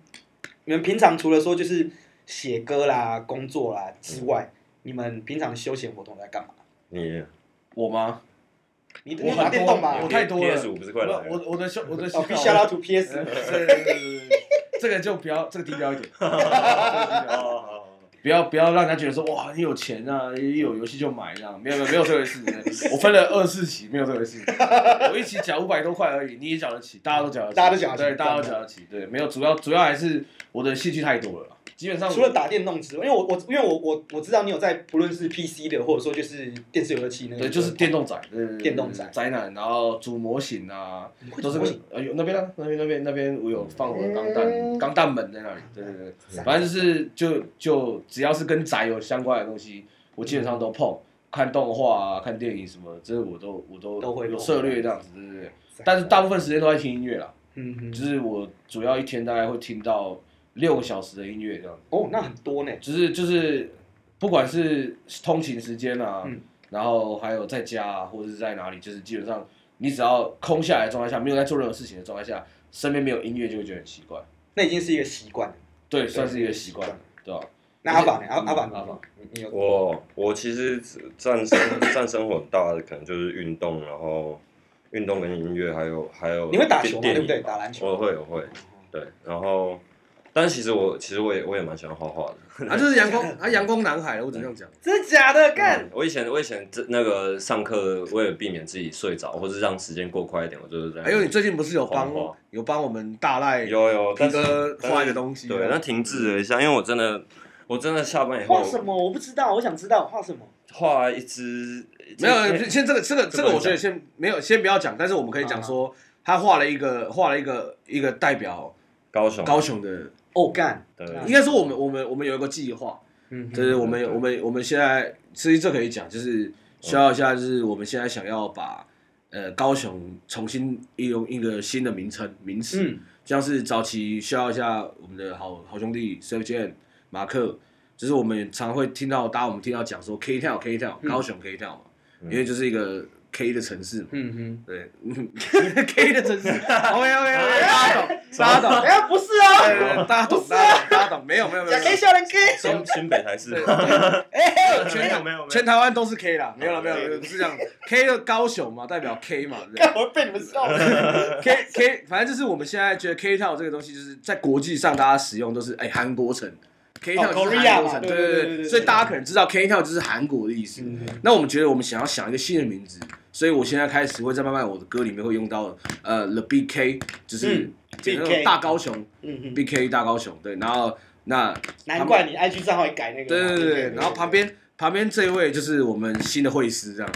你们平常除了说就是写
嗯
歌啦、工作啦之外，你们平常休闲活动在干嘛？
你
我吗？
你
我
你
很
打
多
电动吧
我
有？
太多了
PS 五不是快来了？
我我的修我的
*laughs*
修
哦，必须要拉图
对 *laughs*
PS
对。对对对对 *laughs* 这个就不要，这个低调一点， *laughs* 这个低
哦
调一点不要不要让人家觉得说哇你有钱啊，一有游戏就买这样，没有没有没有这
*laughs*
回事，我分了二四期，没有这回事，我一期缴五百多块而已，你也缴得起，大家都缴得起，
大家都缴得起
对，大家都缴得起，对，没有主要主要还是我的兴趣太多了，基本上
除了打电动之外，因为我我因为我我我知道你有在不论是 PC 的，或者说就是电视游乐器那个，
对就是电动仔，对对对
电动仔
宅男，然后组模型啊，都是
模型
哎呦那边啊，那边那边那边我有放我的钢弹
嗯
钢弹门在那里，对对对，反正就是就就只要是跟宅有相关的东西，我基本上都碰，看动画啊，看电影什么，这些我都我都
都会
有
碰
涉略这样子，对对对。但是大部分时间都在听音乐啦，
嗯
就
嗯，
是我主要一天大概会听到六个小时的音乐这样子。
哦，那很多呢，
就是就是，不管是通勤时间啊，
嗯
然后还有在家、啊、或者是在哪里，就是基本上你只要空下来的状态下，没有在做任何事情的状态下，身边没有音乐就会觉得很奇怪。
那已经是一个习惯了。
对，算是一个习惯，对吧、
那阿法呢？阿
嗯
阿法
阿法，
你你有
我我其实占生占生活很大的可能就是运动，然后运动跟音乐，还有还有
你会打球吗？
电
对不对？
电影
打篮球。
我会我会对，然后但其实我其实我也我也蛮喜欢画画的。
啊，就是阳光啊，阳光男孩，我只能这样
真的假的？干
嗯，我以前我以前这那个上课为了避免自己睡着，或是让时间过快一点，我就是在那边。
最近不是有
黄瓜
有帮我们大赖
有有但是
哥
但是
东西
对，那停滞了一下，因为我真的我真的下班以后
画什么？我不知道，我想知道画什么。
画一只
没有，先这个这个这
这不
个，
能
我觉得先没有，先不要讲，但是我们可以讲说，他画了一个画了一个一个代表
高雄
高雄的，
哦，干，
对
嗯
应该说我们我们我们有一个计划，
嗯，
就是我
对
们
对
我们我们现在其实这可以讲，就是需要一下，就是我们现在想要把呃高雄重新用一个新的名称名词，
嗯，
像是早期需要一下我们的好好兄弟 s e v j a n 马克，就是我们常会听到，大家我们听到讲说 K 跳
嗯
K 跳，高雄 K 跳嘛，因为就是一个 K 的城市嘛，
嗯嗯，
对 *laughs* K
*laughs*
的城市，OK OK OK，大家懂，大家懂，
哎，不是啊，
对对对大家懂，大家懂，大家懂，没有没有没
假
有没
K
有，
笑人 K，
新新北台市，
全台
没有
全台湾都是 K 啦，没有了没有没有，不是这样的，K 的高雄嘛，代表 K 嘛，对不对？
干我会被你们笑死。
K K，反正就是我们现在觉得 K 跳这个东西，就是在国际上大家使用都是哎韩、国城，K 跳就是韩
Korea
国
嘛
城，
对
对
对对对对
所以大家可能知道 K 跳就是韩国的意思。那我们觉得我们想要想一个新的名字，所以我现在开始会在慢慢我的歌里面会用到呃 The B K，就是
嗯
简称
BK
大高雄
嗯嗯，
B K 大高雄对，然后那
*laughs* 难怪你 IG 账号也改那个
对
嘛。
对对对，然后旁边旁边这一位就是我们新的会师这样，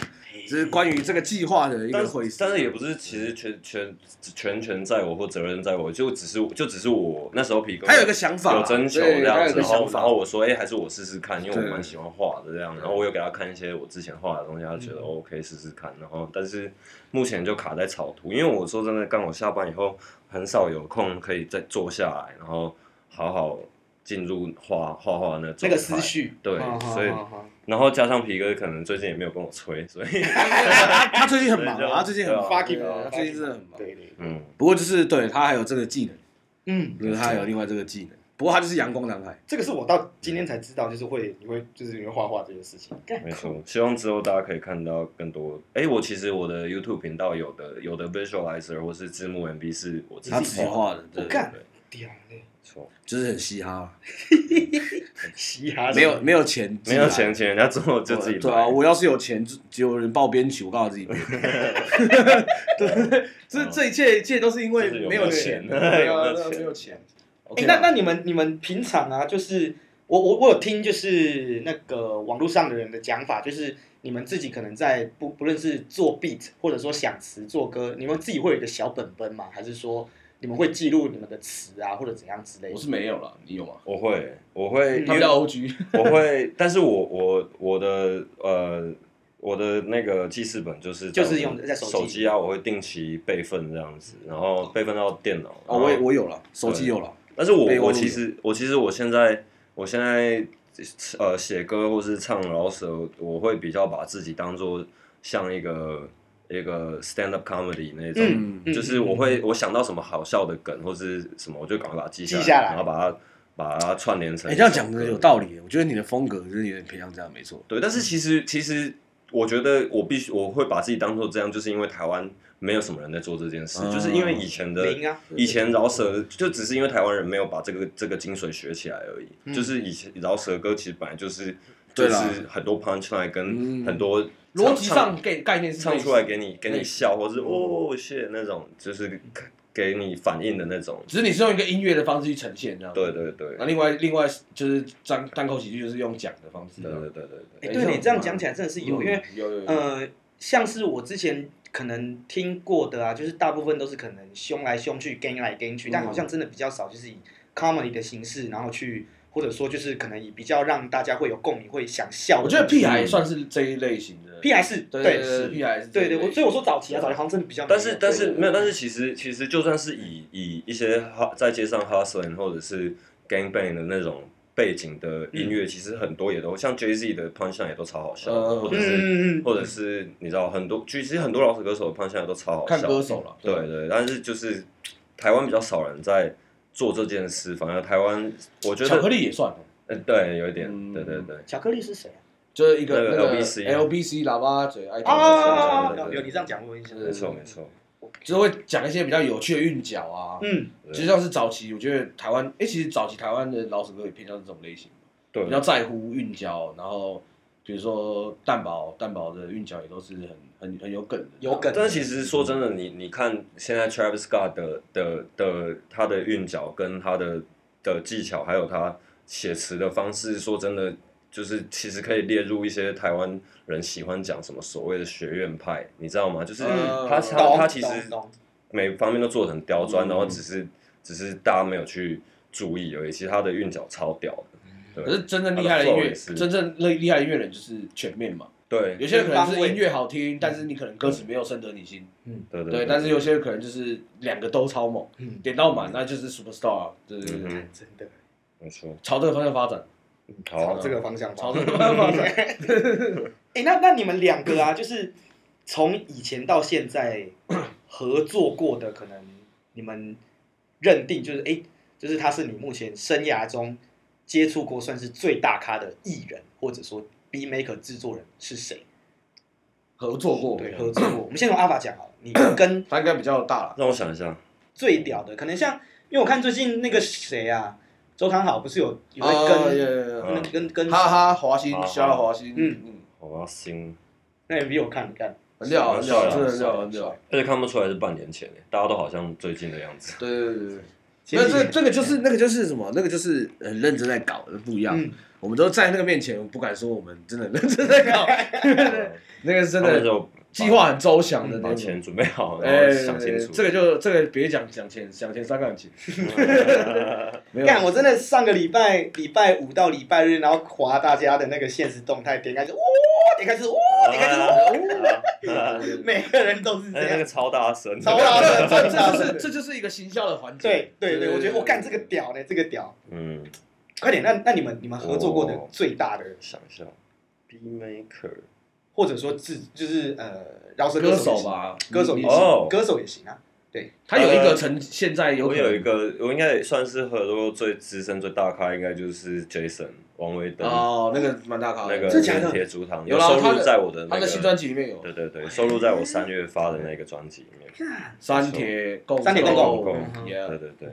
这是关于这个计划的一个
但
会师，
但是也不是，其实全全全权在我或责任在我，就只是就只是我那时候皮哥
他有一个想法啦，啊
有征求
对
这
他
样
有一
子，
个
然
想
后
法
然后我说，哎、还是我试试看，因为我
对
蛮喜欢画的这样，然后我有给他看一些我之前画的东西，他觉
嗯
得 OK 试试看，然后但是目前就卡在草图，因为我说真的，刚我下班以后很少有空可以再坐下来，然后好好进入画画画那
那
状态
个思，绪，
对
好好
所以
好好
然后加上皮哥可能最近也没有跟我催，所以
他他最
*laughs*
近很忙啊，他最近很忙，
Fuck it，
对他
fuck
最
it
近真的很忙。
对对，
嗯，
不过就是对他还有这个技能，
嗯，
就是他有另外这个技能。不过他就是阳光男孩，
这个是我到今天才知道，就是会你会就是你会画画这件事情。干
没错，希望之后大家可以看到更多。哎、我其实我的 YouTube 频道有的有的 Visualizer 或是字幕 MV 是我自
他自己
己画的，
画的，
我
对，
干，屌嘞，
没错。
就是很嘻哈，
嘻哈
没有没有钱，
没有钱，请人家做就自己
对啊，
来
我要是有钱，就就有人报编曲，我告诉自己
*laughs*
编。这这一切一切都是因
就是
为没
有没有
钱，
钱 *laughs*
没有啊
有没有钱
没有钱。
哎、
OK
那
吧
那你们你们平常啊，就是我我我有听就是那个网络上的人的讲法，就是你们自己可能在不不论是做 beat 或者说想词做歌，你们自己会有一个小本本吗？还是说你们会记录你们的词啊，或者怎样之类
我
的？
是没有了，你有吗？
我会，我
嗯
会，
他
因
们
为
叫 OG，
我会，但是我我我的呃我的那个记事本就是
就是
在我
用
的
在手
手
机
机啊，我会定期备份这样子，然后备份到电脑。
哦，我也
然后
我有了，手机有了，
但是我
备忘
我
录
其实我其实我现在我现在呃写歌或是唱饶舌，我会比较把自己当做像一个一个 stand up comedy 那种，
嗯嗯
就是我会我想到什么好笑的梗或是什么，我就赶快把它记下来，
记下来
然后把它把它串联成。
哎，这样讲的有道。理，我觉得你的风格就是有点偏向这样，没错。
对，但是其实其实我觉得我必须我会把自己当做这样，就是因为台湾没有什么人在做这件事，
嗯
就是因为以前的
零啊，
以前饶舌就只是因为台湾人没有把这个这个精髓学起来而已，
嗯
就是以前饶舌歌其实本来就是
对
就
啦
是很多 punch line 跟
嗯
很多
逻辑
唱
上概概念是
唱
类似
出来，给你给
类
你
似
笑，或是哦 shit 那种，就是给你反应的那种。
只是你是用一个音乐的方式去呈现，这样。
对。对对，
那另外另外就是单单口喜剧就是用讲的方式，
对对对对对，嗯
哎，对你这样讲起来真的是有，因为
有有有
呃，像是我之前可能听过的啊，就是大部分都是可能凶来凶去，gang 来 gang 去，但好像真的比较少，就是以 comedy 的形式，然后去或者说就是可能以比较让大家会有共鸣、会想笑的
我
东西。
觉得屁孩也算是这一类型的。
屁孩是
对
对
对屁孩是这一
对
类
对，
型的。
我所以我说早期啊，早期好像真的比较没有。
但是但是
对
没有，但是其实其实就算是以以一些哈在街上 hustling 或者是 gang bang 的那种背景的
嗯
音乐，其实很多也都像 Jay Z 的 punchline 也都超好笑，
嗯
或者
嗯
是
嗯嗯
或者是你知道很多，其实很多老手歌手的 punchline 都超好
看歌
笑。
手了，
对对，但是就是台湾比较少人在做这件事，反而台湾我觉
巧克
得，
力也算，哦
呃，对，有一点，
嗯
对对对。
巧克力是谁
就是一个
那
那
个
个
LBC
LBC 喇叭嘴爱
啊？啊，
听的
有
对
有
对
你
对
这样讲，我印象。
没错没错，
就是会讲一些比较有趣的韵脚啊。
嗯，
对
就像是早期，我觉得台湾，哎、其实早期台湾的老鼠歌也偏向这种类型，
对
比较在乎韵脚，然后比如说蛋堡，蛋堡的韵脚也都是很很很有梗的，嗯
有梗
但是其实说真的，你你看现在 Travis Scott 的的的他的韵脚跟他的的技巧，还有他写词的方式，说真的，就是其实可以列入一些台湾人喜欢讲什么所谓的学院派，你知道吗？就是
嗯
他
懂
他他其实
懂懂
每方面都做的很刁钻，
嗯
然后只是只是大家没有去注意而已，其实他的韵脚超屌的。对
可是真正厉害的音
他
乐，
的 flow 也
嗯
是
真正厉厉害的音乐人就是全面嘛。
对
有些人可能是音乐好
嗯
听，但是你可能歌词没有深得你心。
对
对，但是有些人可能就是两个都超猛，
嗯，
点到满，那就是 super star。对对对，
嗯
哎真的
没错，
朝这个方向发展，
好
朝，这个方向吧
朝这个方向
*laughs*
发展。
哎、那那你们两个啊，就是从以前到现在合作过的，可能你们认定就是哎、诶就是他是你目前生涯中接触过算是最大咖的艺人，或者说 B maker 制作人是谁？
合作过，
对，合作过。我们先从阿法讲好了，你跟
他应该比较大了。
让我想一下，
最屌的，可能像因为我看最近那个谁啊，周汤好不是有有在跟、
哦
啊有
跟跟跟
哈哈华兴
哈，哈
笑到华兴，
嗯
嗯，
我要新，
那 MV 我看你看，
很屌，很屌，
帅
真的
啊
很屌，很
帅
屌。
而且看不出来是半年前耶，大家都好像最近的样
*laughs*
子。
对对对对，
前
那
几
这
年
这个就是那个就是什么？那个就是很认真在搞，不一样。
嗯
我们都在那个面前，我不敢说我们真的很认真在
*laughs*
搞，那个是真
他们
的
就嗯
计划很周详的
把
那种。
钱准备好，然
哎，
后想清楚。
这个就这个别讲讲钱，讲钱伤感
*laughs*
情。没有
干，我真的上个礼拜礼拜五到礼拜日，然后划大家的那个现实动态，点开是哇，点开是哇，
哎
点开是哇，每个人都是这
哎，那个
样，
超大声，
超大声，
*laughs* *laughs* 这
真
这
的
就是这
是，
就是一个行销的环节。
对对对，我觉得我干这个屌呢，这个屌，
嗯，
快点，那那你们你们合作过的最大的，
想一下，B Maker，
或者说自就是呃饶舌
歌
手
手
也行，
吧，
歌手也
哦
行，歌手也行啊，
他有一个成现在有
我
可
有一
能
个，我应该也算是合作过最资深、最大咖，应该就是 Jason 王威登
哦，那个蛮大咖
那
的，
个
真假的
任铁竹堂，
有啦
收
他
录
的
在我的
他
那
的
个
新专辑里面有
对对对，收录在我三月发的那个专辑里面。
三铁共
三铁共
共
构
嗯
yeah
对对对，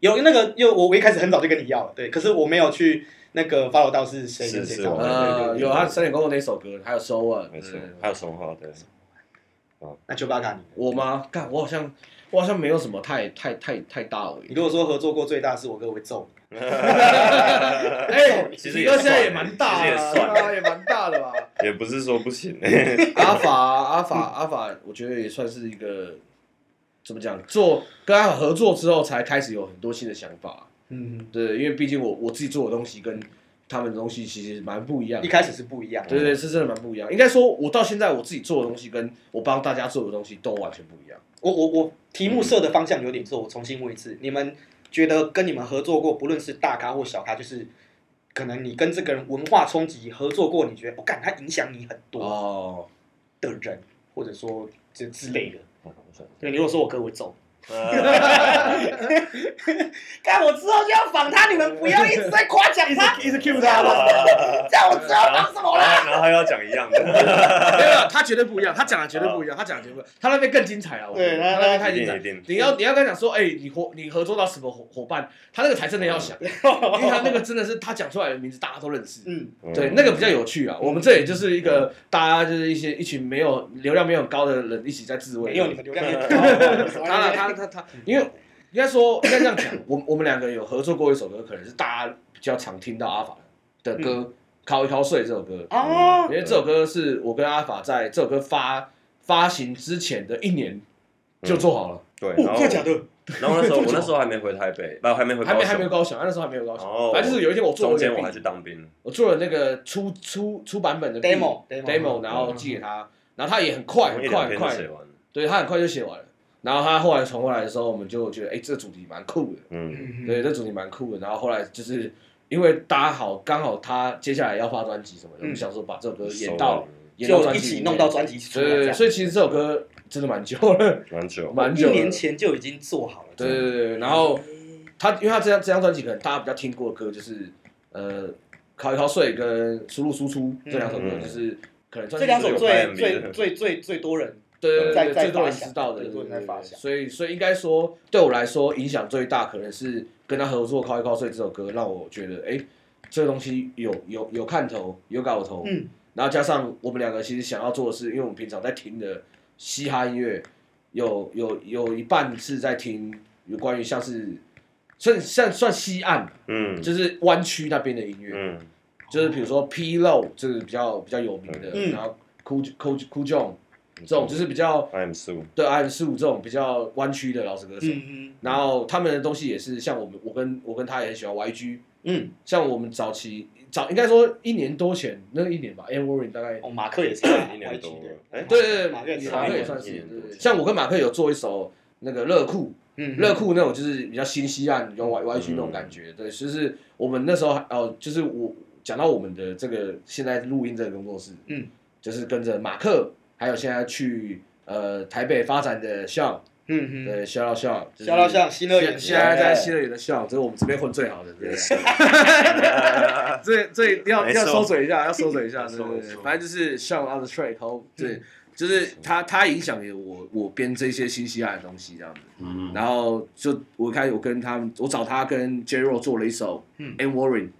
有那个又我我一开始很早就跟你要了，对，可是我没有去那个 follow 到是谁
是
跟谁
是
找
我
的，
呃，有他三铁共构那首歌，还有嗯 So What，
没错
对对，对
还有松花对，
那就巴卡你。
我吗？干，我好像我好像没有什么太太太太大而
你
*laughs*
已。
如果说合作过最大是我哥，我会揍你。
哎，
其实
你
也
哥现在
算
也蛮大啊，
其实也
对
算
啊，也蛮大
*laughs*
的吧。
也不是说
*laughs*
不行，
阿法阿法阿法，我觉得也算是一个怎么讲？做跟他合作之后，才开始有很多新的想法。
嗯，
对，因为毕竟我我自己做的东西跟他们的东西其实蛮不一样
一
的。
开始是不一样的。
对对，是真的蛮不一样。应该说，我到现在我自己做的东西跟我帮大家做的东西都完全不一样。
我我我题目设的方向有点错，我重新问一次。你们觉得跟你们合作过，不论是大咖或小咖，就是可能你跟这个人文化冲击合作过，你觉得我哦感、干他影响你很多
哦，
*laughs*
的人，或者说这之类的。
我想一
*laughs*
下啊
对，你如果说我哥，我会揍看我之后就要仿他，你们不要一直在夸奖他，
一直 cue 他了。
这样我知道当什
*laughs*
么了。
然后还要讲一样的，
没有没有，他绝对不一样，他讲的绝对不一样，他讲的绝对不一样，他那边更精彩啊了。我觉得
对他
他那边太
一
精彩
定
了
一。定。
你要你要跟他讲说，哎、你合你合作到什么伙伙伴？他那个才真的要想，因为他那个真的是他讲出来的名字大家都认识。
嗯，
嗯
对，那个比较有趣啊。我们这里就是一个大家就是一些一群没有流量没有很高的人一起在自慰。
没有你们流量
*laughs*
也高。
当然他
*laughs*
他他，因为应该说应该这样讲，我我们两个有合作过一首歌，可能是大家比较常听到阿法的
嗯
歌《敲一敲睡》这首歌，
哦
因，为这首歌是我跟阿法在这首歌发发行之前的一年就做好了，
对，然
哦，
后
真的假的？
然后那时候我那时候还没回台北，不还没回
还
嗯高
没还没有
雄，
高雄，啊那时候还没有高雄，
哦
反正就是有一天我做
中
了一
间
个
我还
beat，
去当兵。
我做了那个初初初版本的 beat
Demo，demo
嗯
demo，然后寄给他，然后他也很快
一
很快
两
很
天就
快
写，完了。
对他很快就写完了。然后他后来传过来的时候，我们就觉得，哎，这个主题蛮酷的，
嗯，
对，这主题蛮酷的。然后后来就是因为搭好，刚好他接下来要发专辑什么的，我们
嗯
想说把这首歌
收
呃演到
了
演到
就
专
一
辑里
起
面
弄到专辑出
对
来
对
这
对，
样，
所以其实这首歌真的蛮久了，
蛮久，
蛮
一
久了。
年前就已经做好了。
对对对对，然后他因为他这张这张专辑可能大家比较听过的歌就是呃《考一考睡》跟《输入输出》这两首歌，
嗯
就是可能专
这
辑
两
里
首
面
最最最最最多人，
对对
在
对
在
最多人
发想
知道的，
最
对
多人
对
在
对
发
对
想
所以所以应该说对我来说影响最大可能是跟他合作《考一考睡》这首歌，让我觉得哎、这个东西有有有看头，有搞头，
嗯，
然后加上我们两个其实想要做的是，因为我们平常在听的嘻哈音乐，有有有一半是在听有关于像是算算算西岸，
嗯
就是湾区那边的音乐，
嗯
就是比如说 P Low 这个比较比较有名的，
嗯
然后 Cool Cool Cool John 这种就是比较
，I'm Sue，
对 I'm 四五这种比较湾区的老式歌手，
嗯嗯
然后他们的东西也是像我们我跟我跟他也很喜欢 YG，
嗯，
像我们早期早应该说一年多前那一年吧 a n Warren 大概
哦，马克也是
一年多了
YG
哎
的，
对对对，
马克也是
马克也
YG
算是
一年多
对对对像我跟马克有做一首那个乐库，
嗯
乐库那种就是比较新西岸有 Y Y 区那种感觉，对，就是我们那时候还哦，就是我讲到我们的这个现在录音这个工作室，
嗯，
就是跟着马克，还有现在去呃台北发展的像，
嗯嗯，
对，肖老肖，就是
肖老肖新乐园
现现在在新乐园的笑，这是我们这边混最好的，对。 *laughs* 这这要
没
要
错
收嘴一下，要收嘴一下，对
没错
对
没
对，
错
反正就是像 on the track，然后对，就是他他影响了我我编这些新西兰的东西这样子，
嗯，
然后就我开始我跟他们，我找他跟 J Ro 做了一首
嗯
a n Warren，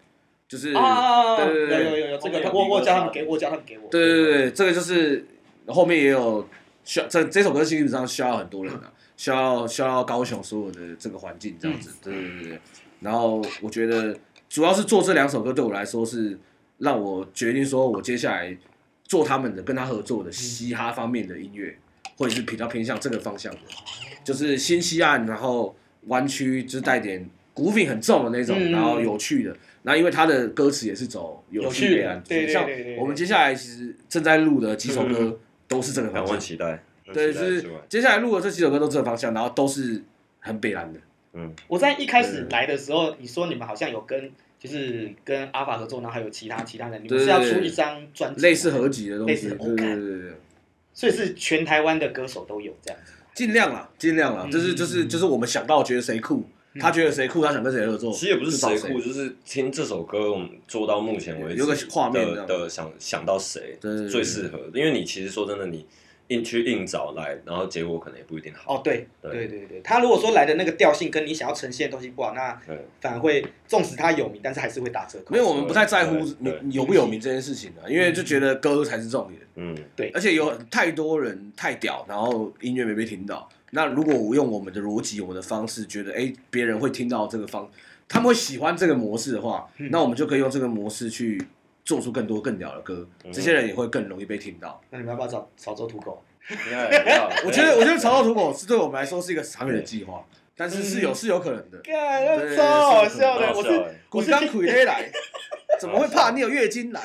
就是
啊，
对
有
对对
有有有这个，我我叫他们给我叫他们给我，
对对对对，这个就是后面也有需要这这首歌基本上需要很多人啊，需要需要高雄所有的这个环境这
嗯
样子，对对对对。然后我觉得主要是做这两首歌对我来说是让我决定说我接下来做他们的跟他合作
嗯
的嘻哈方面的音乐，或者是比较偏向这个方向的，就是新西岸，然后湾区就是带点古品很重的那种，
嗯
然后有趣的。那因为他的歌词也是走有
有
趣的，
趣的对对
像
对对
我们接下来其实正在录的几首歌
嗯
都是这个
两
方
万
向，
期待，
对，
期
就
待
是
之外
接下来录的这几首歌都这个方向，然后都是很北蓝的，
嗯
我在一开始来的时候，你说你们好像有跟就是跟阿法合作，然后还有其他其他人，你们是要出一张专辑，
类似，合集的东
类
西，
似
对
的
对对对对，
所以是全台湾的歌手都有这样子。
尽量啦，尽量啦，
嗯
就是就是就是我们想到觉得谁酷，他觉得谁酷，他想跟谁合作，
嗯其实也不是
就找
谁酷，就是听这首歌，我们做到目前为止
有个画面这
的
样
的想想到谁
对对对
最适合，因为你其实说真的，你硬去硬找来，然后结果可能也不一定好。
哦，对，
对
对对对，他如果说来的那个调性跟你想要呈现的东西不好，那
对，
反而会纵使他有名，但是还是会打折扣。
没有，我们不太在乎
对
你
对
你有不有名这件事情的、因为就觉得歌才是重点。
嗯，
而且有太多人太屌，然后音乐没被听到。那如果我用我们的逻辑、我们的方式，觉得哎，诶别人会听到这个方，他们会喜欢这个模式的话，
嗯
那我们就可以用这个模式去做出更多更屌的歌，
嗯
这些人也会更容易被听到。
那你们要不要找潮州土狗？
你看你看 *laughs*
我觉得，我觉得潮到土狗是对我们来说是一个长远的计划，但
嗯
是是有是有可能的。
干，
对
那超好笑
很
的，
好
我
笑
是
欸
鬼刚鬼勒来，怎么会怕你有月
*laughs*
经来？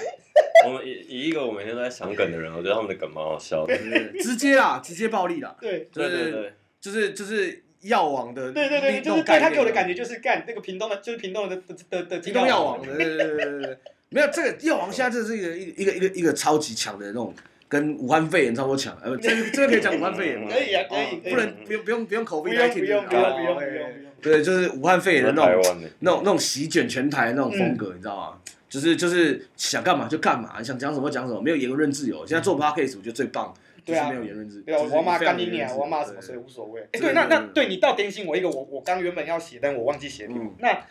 我们以以一个我每天都在想梗的人，我觉得他们的梗蛮好笑的。
直接啦，直接暴力啦，
对
就
对对
是
对，
就是就是药王的
对对对，
那
就
种
是对他
概念
给我的感觉就是干那个屏东的，就是屏东的的的的
移动药王，对对对对对对，没有这个药王现在这是一个一个一个一个一个超级强的那种跟武汉肺炎差不多强，呃，这个这个可以讲武汉肺炎吗？
可以啊，可以，可以
哦不能不用不用不用哦口
不
碑
用
来
不
听，
用不用不用不用不用，
对，就是武汉肺炎的那
台
种
湾的，
那种那种席卷全台的那种风格，你知道吗？就是就是想干嘛就干嘛，想讲什么讲什么，没有言论自由。现在做 podcast 我觉得最棒，就
对
是
啊
没有言论自由。
对啊，
就是
我骂
非常
干你
没有言
娘，
论
我骂什
自由
么
对
谁无所谓。哎，
对
对，那
对
那
对
对你倒点醒我一个，我我刚原本要写，但我忘记写。
嗯
那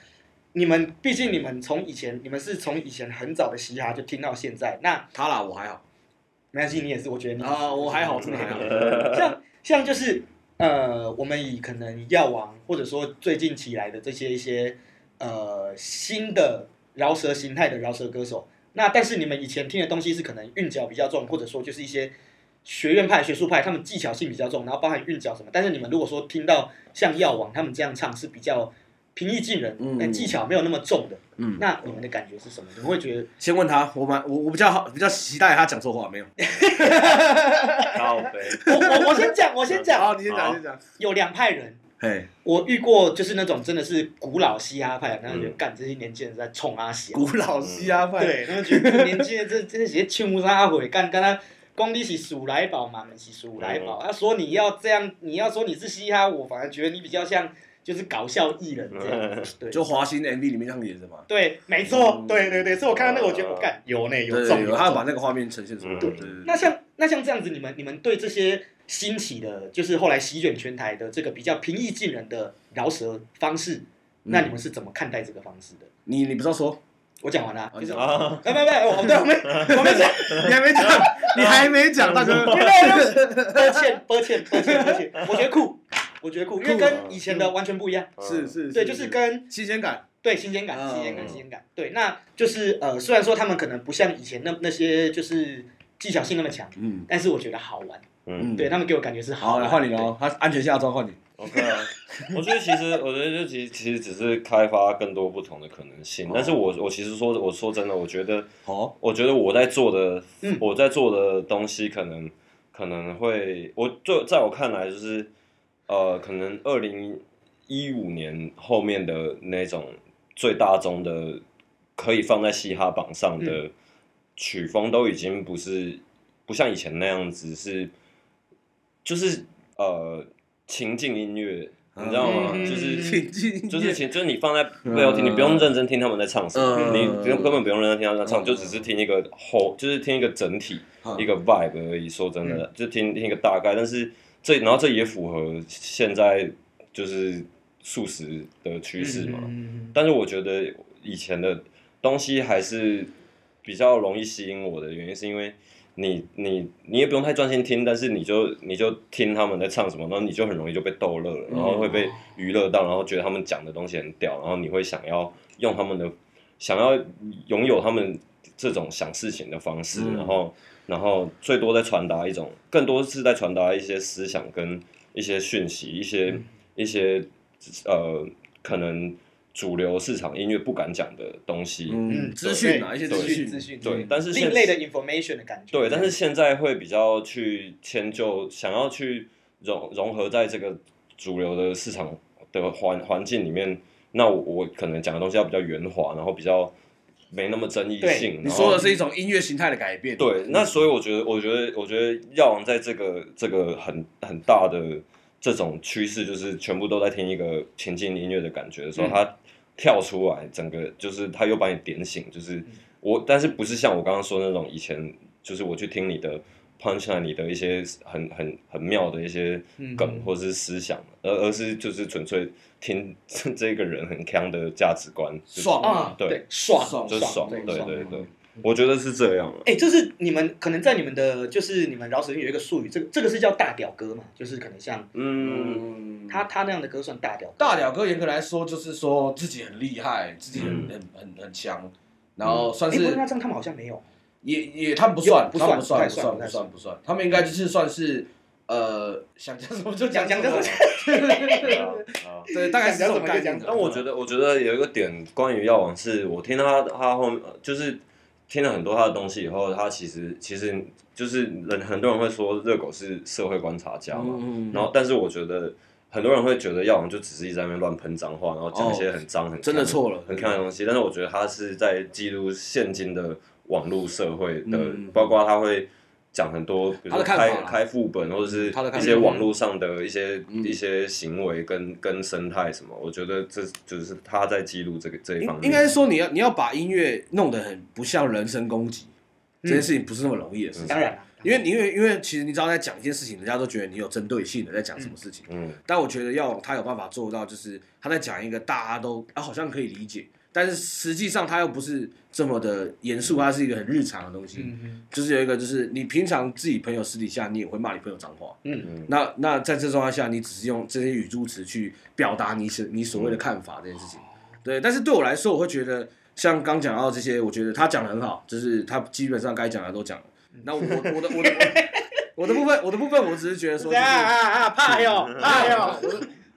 你们毕竟你们从以前，你们是从以前很早的嘻哈就听到现在，那
他啦，我还好
没关系，你也是，我觉得你
啊，我还好，真的还好。
*laughs* 像像就是呃，我们以可能药王或者说最近起来的这些一些呃新的饶舌形态的饶舌歌手，那但是你们以前听的东西是可能韵脚比较重，或者说就是一些学院派、学术派，他们技巧性比较重，然后包含韵脚什么。但是你们如果说听到像药王他们这样唱是比较平易近人，
嗯
那技巧没有那么重的，
嗯
那你们的感觉是什么？你们会觉得
先问他，我蛮我我比较好，比较期待他讲错话没有？
靠背，
我我我先讲，我先讲，
*laughs* 好，你先讲，
好
先讲。
有两派人，
嘿，
我遇过就是那种真的是古老嘻哈派，然后就
嗯
干这些年轻人在冲阿喜，
古老啊嘻哈派，
对，他们觉得年轻人这这些唱啥会干干他。讲你是鼠来宝嘛，不是鼠来
嗯
宝。他、啊说你要这样，你要说你是嘻哈，我反而觉得你比较像就是搞笑艺人这
嗯
样。对，
就华星 MV 里面这样演的嘛。
对，没错，
嗯
对对对。所以我看到那个，我觉得我干有呢，有
对
中
对，
有
有他有
中
把那个画面呈现出来。
对
对对
那像那像这样子，你们你们对这些兴起的，就是后来席卷全台的这个比较平易近人的饶舌方式，那你
嗯
们是怎么看待这个方式的？
你你不知道说，
我讲完了，就是
啊
*laughs* 啊，
哎，不不，我对我没我没讲，
你还没讲，你还没讲，大哥。
抱歉抱歉抱歉抱歉，我觉得酷，我觉得酷，因为跟以前的完全不一样，
是啊是，
对，就是跟
新鲜感。
对新鲜感
嗯
新鲜感新鲜感，对，那就是呃，虽然说他们可能不像以前那那些就是技巧性那么强，
嗯
但是我觉得好玩，
嗯
对他们给我感觉是
好，
玩
来
的
换你了。哦，他安全下装换你。
，OK 啊。我觉得其实，我觉得就其实其实只是开发更多不同的可能性。但是我我其实说，我说真的，我觉得
好，
我觉得我在做的，
嗯
我在做的东西可能可能会，我就在我看来就是，呃，可能二零一五年后面的那种最大宗的可以放在嘻哈榜上
嗯
的曲风，都已经不是不像以前那样子是，就是呃情境音乐，
啊
你知道吗？
嗯
就是
请进。
就是其就是你放在背后听，你不用认真听他们在唱什么，
嗯
你不用根本不用认真听他们在唱，
嗯
就只是听一个后，就是听一个整体
嗯
一个 vibe 而已。说真
嗯
的，就听听一个大概，但是这然后这也符合现在就是素食的趋势嘛。
嗯
但是我觉得以前的东西还是比较容易吸引我的原因，是因为你你你也不用太专心听，但是你就你就听他们在唱什么，然后你就很容易就被逗乐了，然后会被娱乐到，然后觉得他们讲的东西很屌，然后你会想要用他们的想要拥有他们这种想事情的方式，
嗯
然后然后最多在传达一种，更多是在传达一些思想跟一些讯息，一些、一些呃可能主流市场音乐不敢讲的东西。
嗯，资讯啊，一些资
讯
讯，
资讯，
对但是现
嗯另类的嗯 information 的感觉，
对，但是现在会比较去迁就，想要去融融合在这个主流的市场的环环境里面。那我我可能讲的东西要比较圆滑，然后比较没那么争议
对
性。
你
然
说
后
的是一种音乐形态的改变。嗯
对，
嗯
那所以我觉得，我觉得，我觉得药王在这个这个很很大的这种趋势，就是全部都在听一个情境音乐的感觉的时候，
嗯
他跳出来，整个就是他又把你点醒，
嗯
就是我，但是不是像我刚刚说那种以前，就是我去听你的 punchline，你的一些很很很妙的一些
嗯
梗或是思想，而而是就是纯粹听这个人很强的价值观，就是
爽
啊，
对
对，爽，
爽
就是爽，
对
对
爽
对对，我觉得是这样啊了。
哎，这是你们可能在你们的就是你们饶舌乐有一个术语，这个这个是叫大屌哥嘛，就是可能像
嗯，
嗯，
他他那样的歌算大屌歌，
大屌哥严格来说就是说自己很厉害，自己很很很很强，然后算
哎，不
是
过那这样他们好像没有，
也也他们不算，
有不
他们不
算
算，
不太算不
不算，
太
不
算
算，不算，他们应该就是算是呃，想讲什么就讲
想
什
讲
么
什，
对啊对啊
对，大概是这种概
想讲什么就讲
念
什么
的。
但我觉得，我觉得有一个点关于药王是，我听他他后面就是听了很多他的东西以后，他其实其实就是人很多人会说热狗是社会观察家嘛，
嗯，嗯
然后但是我觉得很多人会觉得药王就只是一直在那边乱喷脏话，然后讲一些很脏、很
真的错了
很看的东西，但是我觉得他是在记录现今的网络社会的，
嗯
包括他会讲很多，比如
他
说
的看
开
法啦嗯
开副本或者是
他的看
一
法
些网络上的一些
嗯
一些行为跟跟生态什么，我觉得这就是他在记录这个这一方
应应
面。
该是说你要你要把音乐弄得很不像人身攻击，这件事情不是那么容易的事情。
嗯当然啦，
因为你因为因为其实你知道在讲一件事情，人家都觉得你有针对性的在讲什么事情。
嗯，
但我觉得要他有办法做到，就是他在讲一个大家都啊好像可以理解，但是实际上他又不是这么的严肃，他是一个很日常的东西。
嗯
就是有一个，就是你平常自己朋友私底下，你也会骂你朋友脏话。
嗯
那那在这状况下，你只是用这些语助词去表达你所你所谓的看法这件事
哦
情。对，但是对我来说，我会觉得像刚讲到这些，我觉得他讲的很好，就是他基本上该讲的都讲了。那我我我的我的我的部分我的部分，我只是觉得
嗯， *laughs*
说、就是，
啊啊，怕哟怕哟，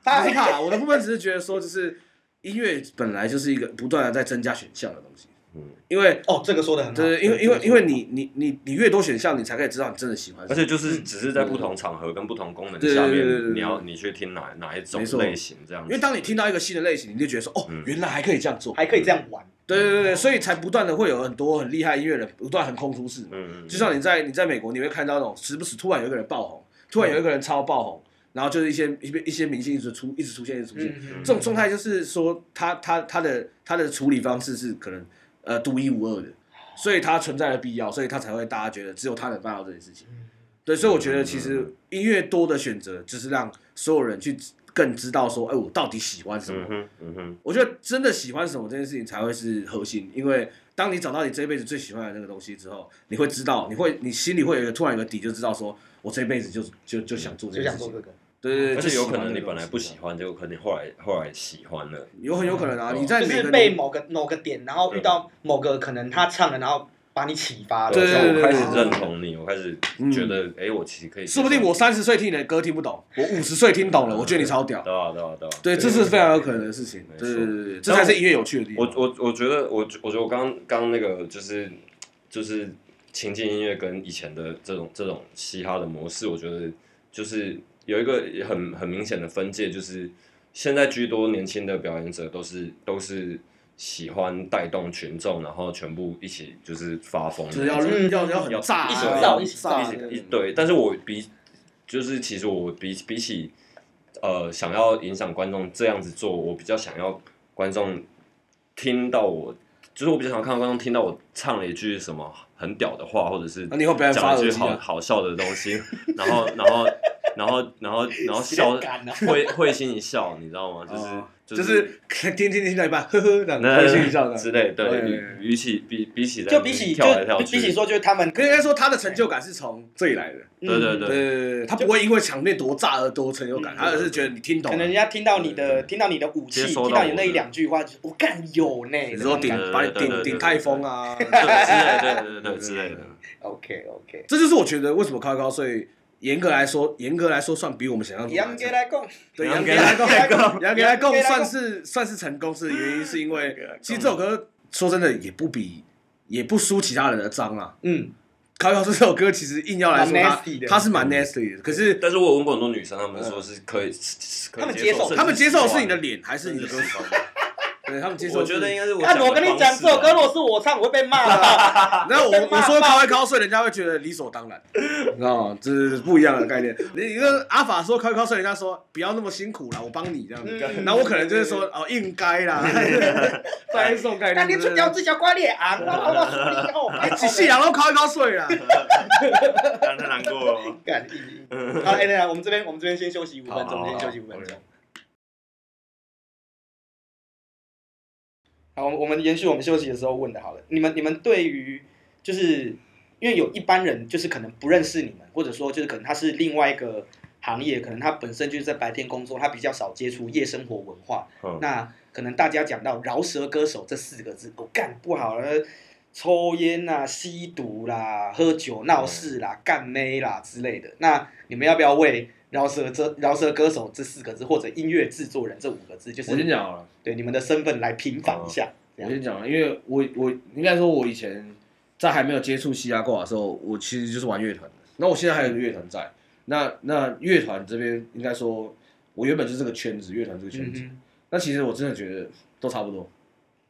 他是怕我的部分只是觉得说，就是音乐本来就是一个不断的在增加选项的东西。
嗯，啊
因为
哦，这个说的很好，
就是因为因为因为你你你你越多选项，你才可以知道你真的喜欢什么。
而且就是只是在不同场合跟不同功能
对对
下
对对对
面，
对
你要你去听哪哪一种
没错
类型这样子。
因为当你听到一个新的类型，你就觉得说，哦，
嗯
原来还可以这样做。
还可以这样玩，
对对对对，所以才不断的会有很多很厉害音乐人不断横空出世嘛。
嗯，嗯
就像你在你在美国，你会看到那种时不时突然有一个人爆红，突然有一个人超爆红，然后就是一些一些一些明星一直出一直出现一直出现，
嗯
这种状态就是说他他他的他的处理方式是可能呃独一无二的，所以它存在的必要，所以他才会大家觉得只有他能办到这件事情。
嗯
对，所以我觉得其实音乐多的选择就是让所有人去更知道说，哎，我到底喜欢什么
嗯。哼嗯哼
我觉得真的喜欢什么这件事情才会是核心，因为当你找到你这一辈子最喜欢的那个东西之后，你会知道，你会你心里会有一个突然有个底，就知道说我这辈子就就就想做这
就
件
想
事
做
情
这。个，
对对对，
而
就
且
喜
有
欢
可能
那
你
个
本来
东西
不喜，欢，结果可能后来后来喜欢了。
有很有可能啊，
嗯
你在
哦就
每
是
个
被某个某个点，然后遇到某个可能他唱了，然后把你启发了，
对
所以
对对
我
对
开
对嗯
始认同你，我开始觉得，哎，我其实可以接受。
说不定我三十岁听你的歌听不懂，我五十岁听懂了，我觉得你超屌。
对啊对啊对啊。
对，这是非常有可能的事情
没。错
对对对对，这才是音乐有趣的地方。
我我我觉得我我觉得我刚刚那个就是就是情境音乐跟以前的这种这种嘻哈的模式，我觉得就是有一个很很明显的分界，就是现在居多年轻的表演者都是都是喜欢带动群众，然后全部一起就是发疯的
就是
那种，
要
嗯
要要很炸啊，
一起
要
造
很
一起造
炸
一起
对
一
对对
对，但是我比就是其实我比比起呃想要影响观众这样子做，我比较想要观众听到我，就是我比较想要看到观众听到我唱了一句什么很屌的话，或者是
那你以后不要发
讲一句
耳机啊
好好笑的东西， *laughs* 然后然后然后
*laughs*
然后然后笑
有点干啊
会会心一笑，你知道吗？就是、
哦
就
就是是听听听到一半，呵呵，这样
那
会心一笑的。
之类，对，
对
与与其比比起在
就
那
比
边
起就
跳来跳
比
去，
比起说，就是他们嗯
可以应该说他的成就感是从这里来的。
对对对
对对对对，他不会因为场面多炸而多成就感，
嗯
他而是觉得你听懂啊
可能人。
了
家听到你的听到你的武器，
接收到
听到你那一两句话，就是我干有呢，
你说
这种感
顶
觉
把你
对对对
顶
对
顶
对
泰丰啊，
对对对对对之类的。
OK OK，
这就是我觉得为什么高高税严格来说，严格来说算比我们想象中
杨哥
来
来讲，
对
杨
杨
格
格
来
来贡，
贡
杨格来
杨格
贡
来贡
算是算是成功，是原因是因
杨格来
为
贡
其实这首歌说真的也不比也不输其他人的脏啊。
嗯，
高高这首歌其实硬要来说
蛮
它
nasty 的
它是蛮 nasty 的，可是
但是我有问过很多女生，她们说是可以，是可以
她们接受
甚至
他们接受的是你的
喜
脸还是
欢
你的歌手？对他们接受
我
是，
觉得应啊该是我
看
啊
讲的
我跟你讲，
方式
这首歌如果是我唱，我会被骂的。
然后我我说高开高税，人家会觉得理所当然，你知道吗？这是不一样的概念。你你跟阿法说开高税，人家说不要那么辛苦啦，我帮你这样子。
嗯
然后我可能就是说哦，应该啦，大概是这种概
那
念。
你出条子小瓜脸啊，我我说你哦，哎
一夕阳都开高税啦。
让她难过 *laughs* 了。
干硬硬。好了，哎，等一下我们这边我们这边先休息五分
好
钟，
好
先
好
休息五分
OK
钟。好，我们我们延续我们休息的时候问的，好了，你们你们对于就是因为有一般人就是可能不认识你们，或者说就是可能他是另外一个行业，可能他本身就是在白天工作，他比较少接触夜生活文化。
嗯
那可能大家讲到饶舌歌手这四个字，我、干不好了，抽烟啦、吸毒啦、喝酒闹事啦、干妹啦之类的。那你们要不要为饶舌这饶舌歌手这四个字，或者音乐制作人这五个字，就是
我先讲好了，
对你们的身份来平反一下？
我先讲，因为我我应该说，我以前在还没有接触嘻哈挂的时候，我其实就是玩乐团的。那我现在还有一个乐团在，那那乐团这边应该说，我原本就是这个圈子，乐团这个圈
嗯
子。
哼，
那其实我真的觉得都差不多，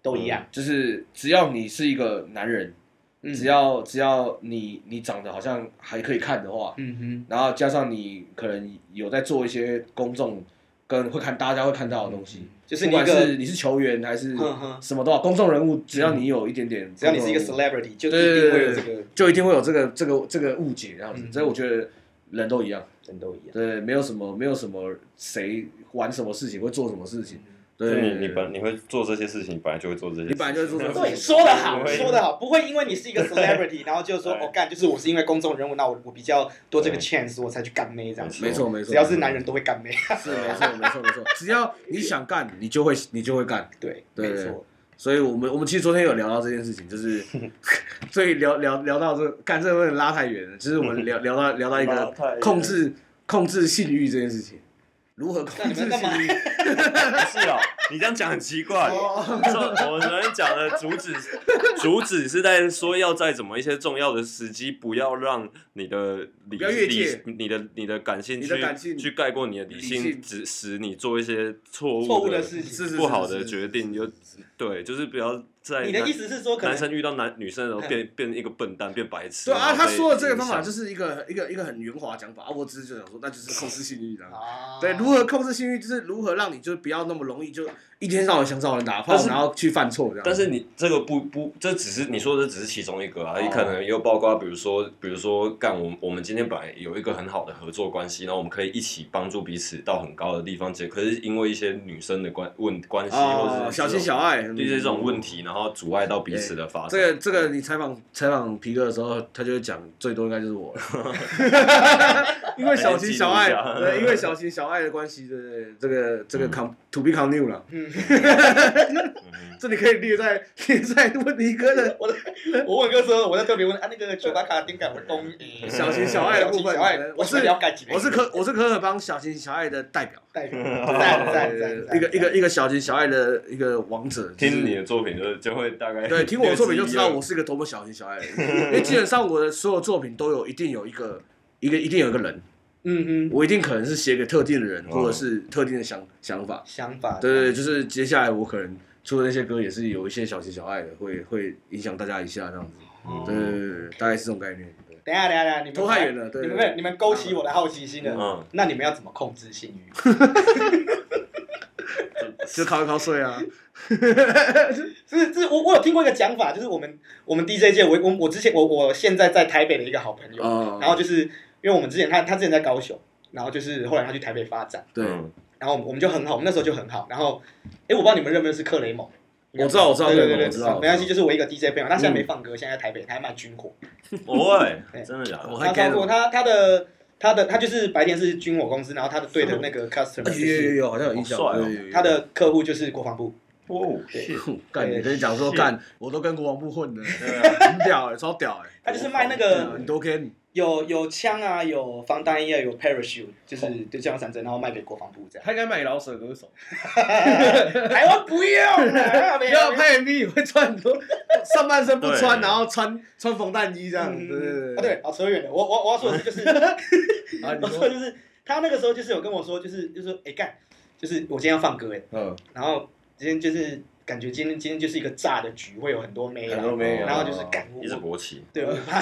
都一样。
就是只要你是一个男人，
嗯
只要只要你你长得好像还可以看的话，
嗯哼，
然后加上你可能有在做一些公众跟会看大家会看到的东西，
就是
不
你一
管是
个，
你是球员还是
哼哼
什么都好，公众人物只要你有一点点，
嗯只要你是一个
公众人
celebrity，就一
物对
定
对
会有
对
这
对
个
对，就一定会有这个这个这个误解这样子
嗯，
所以我觉得人都一样。
人都一样。
对，没有什么，没有什么谁玩什么事情会做什么事情。
就
对，
你你本你会做这些事情，你本来就会做这些事情，
你本来就会做这些事情
对，说得好，
不会
说得好，不会因为你是一
*laughs*
个 celebrity，然后就说
对
哦干，就是我是因为公众人物，那我我比较多这个
对
chance，我才去干妹这样子。
没错没错，
只要是男人都会干妹。
是没错没错没错，只要你想干，你就会你就会干。
对，
对
没错。
所以我们我们其实昨天有聊到这件事情，就是
*laughs*
所以聊聊聊到这干这个拉太远了，就是我们聊聊到聊到一
拉
个
太远
控制控制性欲这件事情，如何控制
那你们
性欲？
*laughs*
是哦，你这样讲很奇怪。
哦
说我们昨天讲的主旨， *laughs* 主旨是在说要在怎么一些重要的时机，不要让你的理
不要越界
理你的你的感性
你
去
的感性
去盖过你的理
理
性，
性
指使你做一些错误
错误的事情
是是是
不好
是
的
是
决定。啊有对，就是不要在
你的
男
意思是说，可
男
能
生遇到男女生的时候变变一个笨蛋，变白痴。
哎对啊，
然后
他
被
说的这个方法
影
就
响
是一个一个一个很圆滑的讲法啊，我只是就想说，那就是控制性欲的。
啊
对，如何控制性欲，就是如何让你就不要那么容易就一天到晚想找人打炮
但，是
然后去犯错这样。
但是你这个不不，这只是你说的，这只是其中一
哦
个啊，也可能也有包括，比如说，比如说，干我我们今天本来有一个很好的合作关系，然后我们可以一起帮助彼此到很高的地方，结可是因为一些女生的关问关系，或
哦
者，是
小情小爱，嗯
对这种问题，然后阻碍到彼此的发展。
这个这个，你采访采访皮哥的时候，他就会讲最多应该就是我了，
*laughs*
因为小情小爱，
还能记录一下嗯
对，因为小情小爱的关系，对对，对这个这个 con to be continue 了，
*laughs*
嗯，
这里可以列在列在问题哥的
我问哥说，我在特别问啊，那个酒吧卡丁感我东诶
小情小爱的部分
小情小爱，
我是
喜欢了
嗯
解几个
*laughs* 我是可我是可可帮小情小爱的代表，
代表，
*laughs*
赞赞赞赞，
一个一个一个小情小爱的一个王者，就是
听你的作品就就会大概
对，听我的作品就知道我是一个多么小情小爱的人，因为基本上我的所有作品都有一定有一个一个一定有一个人。
嗯嗯，
我一定可能是写给特定的人，
嗯
或者是特定的想想法。
想法
对对，对就是接下来我可能出的那些歌也是有一些小情小爱的，会会影响大家一下这样子。
嗯
对对对对，大概是这种概念。对
等一下等一下等一下，你们
都太远了对
你们
对对
没有你们勾起我的好奇心了
嗯。
那你们要怎么控制性欲？
就靠一靠睡啊，
是是，我我有听过一个讲法，就是我们我们 DJ 界，我我我之前我我现在在台北的一个好朋友，
哦，
然后就是因为我们之前他他之前在高雄，然后就是后来他去台北发展，
对，
嗯
然后我们我们就很好，我们那时候就很好，然后哎，我不知道你们认不认识克雷蒙。
我知道我知道
对对对
克雷
对，
蒙我知道嗯
没关系，就是我一个 DJ 朋友，他现在没放歌，现在在台北，他还卖军火，
哦
对
*laughs*
喂，真的假的
我？
他
还
超
给
过
了。
他他的他的他就是白天是军火公司，然后他的哎对的那个
哎
customer 就
有有有
是
有，好像有印象。
好帅哦
有有有有
他的客户就是国防部，
哦，是
哼 *laughs* 干，
对
你跟你讲说
是
干，我都跟国王部混的，
对啊
很屌哎，超屌哎。
他就是卖那
对啊
个
你都跟
有有枪啊，有防弹衣啊，有 parachute，就是
哦
对降落伞针，然后卖给国防部这样。
他应该卖给老舍歌手，
台湾不用啦，不
不要拍 MV 会穿很多， *laughs* 上半身不穿，
对
然后穿穿防弹衣这样。对对
啊，对，好扯远了。我我我要说的是，就是
*laughs* 啊，你
我说
说
的就是他那个时候就是有跟我说，就是就是说，哎干，就是我今天要放歌哎，
嗯，
然后今天就是感觉今天今天就是一个炸的局，会有很多妹
很
啦
多，没
啊
有，
然后就是干我
一直勃起。
对，我怕，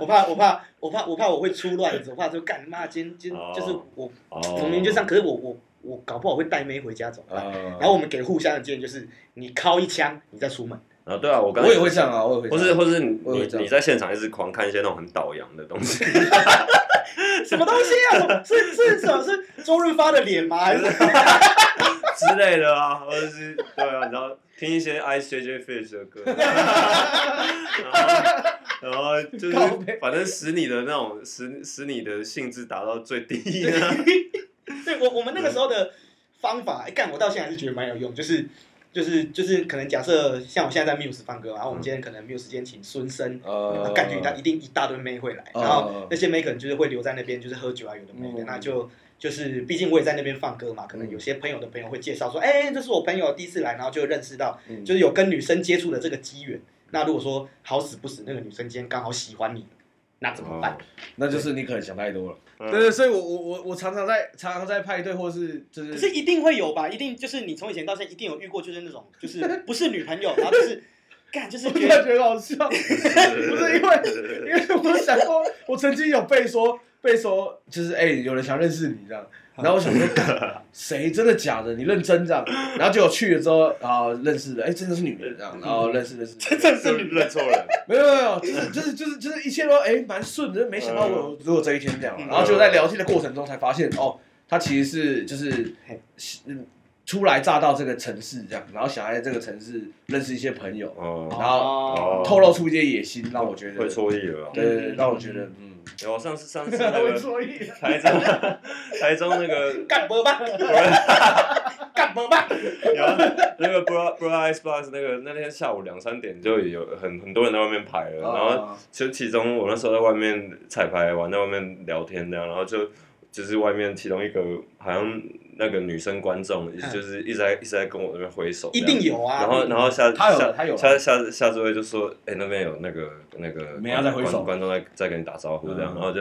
我怕，我怕，我怕，我怕我会出乱子，我怕说干妈今今
哦
就是我
哦，
我明明就上，可是我我我搞不好会带妹回家怎么办？
嗯
然后
啊，
我们给互相的建议就是，你敲一枪，你再出门。
啊，对啊，我刚
我也会这样啊，我也会
或
这样，
是或是你
我也会这样
你在现场一直狂看一些那种很倒洋的东
*laughs*
西，
什么东西啊？是是什么？是周润发的脸吗？还是什么？
之类的啊，或者是对啊，然后听一些 I J J Fish 的歌，然后然后就是
靠背
反正使你的那种使使你的兴致达到最
*laughs*
低啊，
对我我们那个时候的方法，哎干我到现在还是觉得蛮有用，就是。就是就是可能假设像我现在在 Muse 放歌，然后我们今天可能 Muse 今天请孙生，
哦
呃，
感觉他一定一大堆妹会来，
嗯
然后那些妹可能就是会留在那边，就是喝酒啊，有的没的，
嗯
那就就是毕竟我也在那边放歌嘛，可能有些朋友的朋友会介绍说，哎、这是我朋友第一次来，然后就认识到，
嗯
就是有跟女生接触的这个机缘。那如果说好死不死那个女生今天刚好喜欢你，那怎么
哦
办？
那就是你可能想太多了，
嗯
对对，所以我我我我常常在常常在派对或是就
可
是
是一定会有吧，一定就是你从以前到现在一定有遇过，就是那种就是不是女朋友，然后就是干就是
*laughs* 我
觉
突然
得
觉得好笑，不是因为，因为我想过，我曾经有被说被说，就是哎、有人想认识你这样，然后我想说，干谁真的假的？你认真这样，然后结果去了之后，然后认识了，哎、真的是女人这样，然后认识认识，
这是认错
*laughs*
人，
没有没有没有，就是就是就是就是一切都哎蛮顺的，没想到我只有这一天这样嘛，
嗯
然后就在聊天的过程中才发现，哦，他其实是就是
嘿
嗯初来乍到这个城市这样，然后想在这个城市认识一些朋友。
哦，
然后
哦
透露出一些野心，让我觉得
会错意了啊。
对对对，让我觉得嗯，
有上次
*laughs*
上次那个
所以
台中 *laughs* 台中那个
干么吧，干么吧，
然后那个 Bra Bra Ice Box 那个那天下午两三点就有很很多人在外面排了，然
哦
后就其中我那时候在外面彩排完，在外面聊天这样，然后就就是外面其中一个好像那个女生观众，
嗯
就是一直在一直在跟我那边挥手，
一定。有啊。
然后，然后下
他有
下
他有
下下下周就说，哎，那边有那个那个
啊没有在挥手
观观众在在跟你打招呼这样，
嗯
然后就